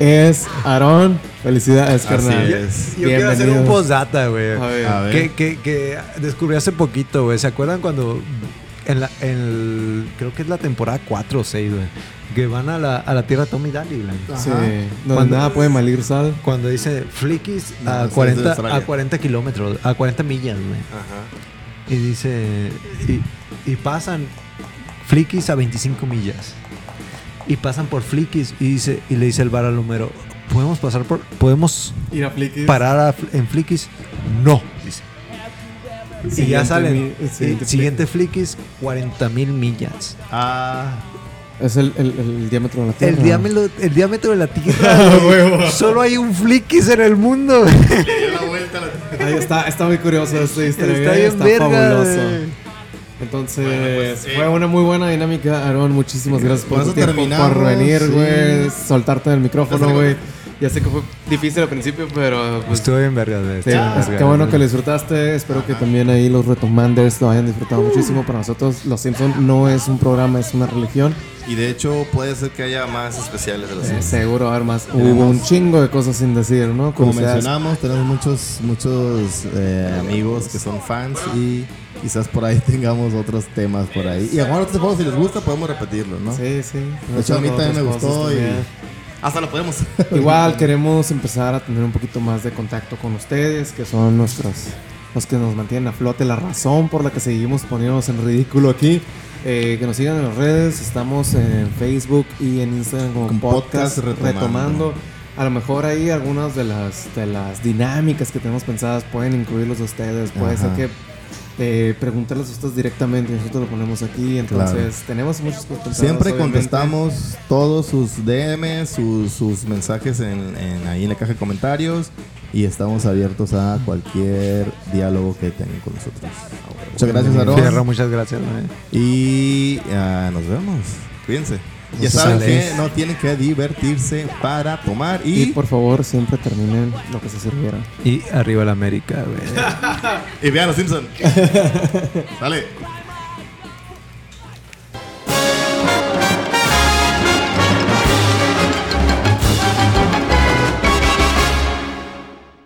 Speaker 3: es Aarón. Felicidades,
Speaker 1: Así
Speaker 3: carnal.
Speaker 1: es.
Speaker 2: Yo quiero hacer un
Speaker 3: Bienvenido.
Speaker 2: postdata, güey.
Speaker 3: A ver.
Speaker 1: A ver.
Speaker 2: Que, que, que descubrí hace poquito, güey. ¿Se acuerdan cuando en la, en el- creo que es la temporada 4 o 6, güey? Que van a la, a la tierra Tommy Daly, güey.
Speaker 3: Sí,
Speaker 1: Ajá.
Speaker 3: donde
Speaker 2: Cuando-
Speaker 3: nada puede malir sal.
Speaker 2: Cuando dice flickis
Speaker 1: No, eso
Speaker 2: a
Speaker 1: es de
Speaker 2: 40, a
Speaker 1: Australia.
Speaker 2: 40 kilómetros, a 40 millas, güey. Y dice. Y, y pasan flickis a 25 millas. Y pasan por flickis y dice y le dice el bar al número, ¿podemos pasar por podemos
Speaker 3: Ir a Flickis.
Speaker 2: parar a fl- en flickis? No, dice. Y ya
Speaker 3: Siguiente mi-
Speaker 2: salen.
Speaker 3: el
Speaker 2: Siguiente,
Speaker 3: siguiente
Speaker 2: flickis, 40 mil millas.
Speaker 1: Ah,
Speaker 3: Es el, el- el diámetro de la Tierra.
Speaker 2: El diámetro, el diámetro de la Tierra. güey. Solo hay un flickis en el mundo. güey.
Speaker 1: le dio la vuelta a la-
Speaker 3: Ahí está, está muy curioso este easter egg,
Speaker 2: Está bien
Speaker 3: está
Speaker 2: verga,
Speaker 3: fabuloso.
Speaker 2: güey.
Speaker 3: Entonces,
Speaker 1: pues, sí.
Speaker 3: fue una muy buena dinámica, Aaron. Muchísimas gracias por
Speaker 1: Con
Speaker 3: tu
Speaker 1: eso
Speaker 3: tiempo,
Speaker 1: terminamos,
Speaker 3: por venir,
Speaker 1: sí.
Speaker 3: güey, soltarte del
Speaker 1: Ya sé
Speaker 3: micrófono,
Speaker 1: que-
Speaker 3: güey. Ya sé que fue difícil al principio, pero pues
Speaker 2: Estuvo bien verga, güey.
Speaker 3: Sí,
Speaker 2: estuvo bien
Speaker 3: es-
Speaker 2: verga,
Speaker 3: qué bueno
Speaker 2: güey.
Speaker 3: que lo disfrutaste. Espero que también ahí los retomanders lo hayan
Speaker 1: Uh.
Speaker 3: disfrutado muchísimo. Para nosotros, Los Simpson no es un programa, es una religión.
Speaker 1: Y de hecho puede ser que haya más especiales de los
Speaker 3: Eh,
Speaker 1: Simpsons.
Speaker 3: seguro, además, hubo
Speaker 1: Tenemos-
Speaker 3: un chingo de cosas sin decir, ¿no?
Speaker 1: Como
Speaker 3: Curiosidades.
Speaker 1: mencionamos, tenemos muchos, muchos eh, amigos que son fans y quizás por ahí tengamos otros temas por ahí. Y a lo mejor otros juegos, si les gusta, podemos repetirlo, ¿no?
Speaker 3: Sí, sí.
Speaker 1: De hecho, a mí también me
Speaker 3: Otras
Speaker 1: gustó
Speaker 3: cosas
Speaker 1: y...
Speaker 3: también.
Speaker 1: Hasta lo podemos.
Speaker 3: Igual queremos empezar a tener un poquito más de contacto con ustedes, que son nuestros los que nos mantienen a flote, la razón por la que seguimos poniéndonos en ridículo aquí. Eh, que nos sigan en las redes, estamos en Facebook y en Instagram como
Speaker 1: Con
Speaker 3: podcast,
Speaker 1: Podcast
Speaker 3: retomando.
Speaker 1: Retomando.
Speaker 3: A lo mejor ahí algunas de las, de las dinámicas que tenemos pensadas pueden incluirlos ustedes. Puede
Speaker 1: Ajá.
Speaker 3: ser que eh, preguntarles a ustedes directamente y nosotros lo ponemos aquí. Entonces, tenemos muchas cosas pensadas,
Speaker 1: Siempre
Speaker 3: obviamente.
Speaker 1: contestamos todos sus DM, sus, sus mensajes en, en- ahí en la caja de comentarios y estamos abiertos a cualquier diálogo que tengan con nosotros. Muchas gracias,
Speaker 2: Fierro,
Speaker 1: Aarón.
Speaker 2: muchas gracias, güey.
Speaker 1: Y ah, nos vemos. Cuídense. Ya
Speaker 2: Nos
Speaker 1: saben que
Speaker 2: sales.
Speaker 1: no tienen que divertirse para tomar
Speaker 3: Y
Speaker 1: y,
Speaker 3: por favor, siempre terminen lo que se sirvieron.
Speaker 2: Y arriba la América, güey.
Speaker 1: y vean los Simpson. Dale.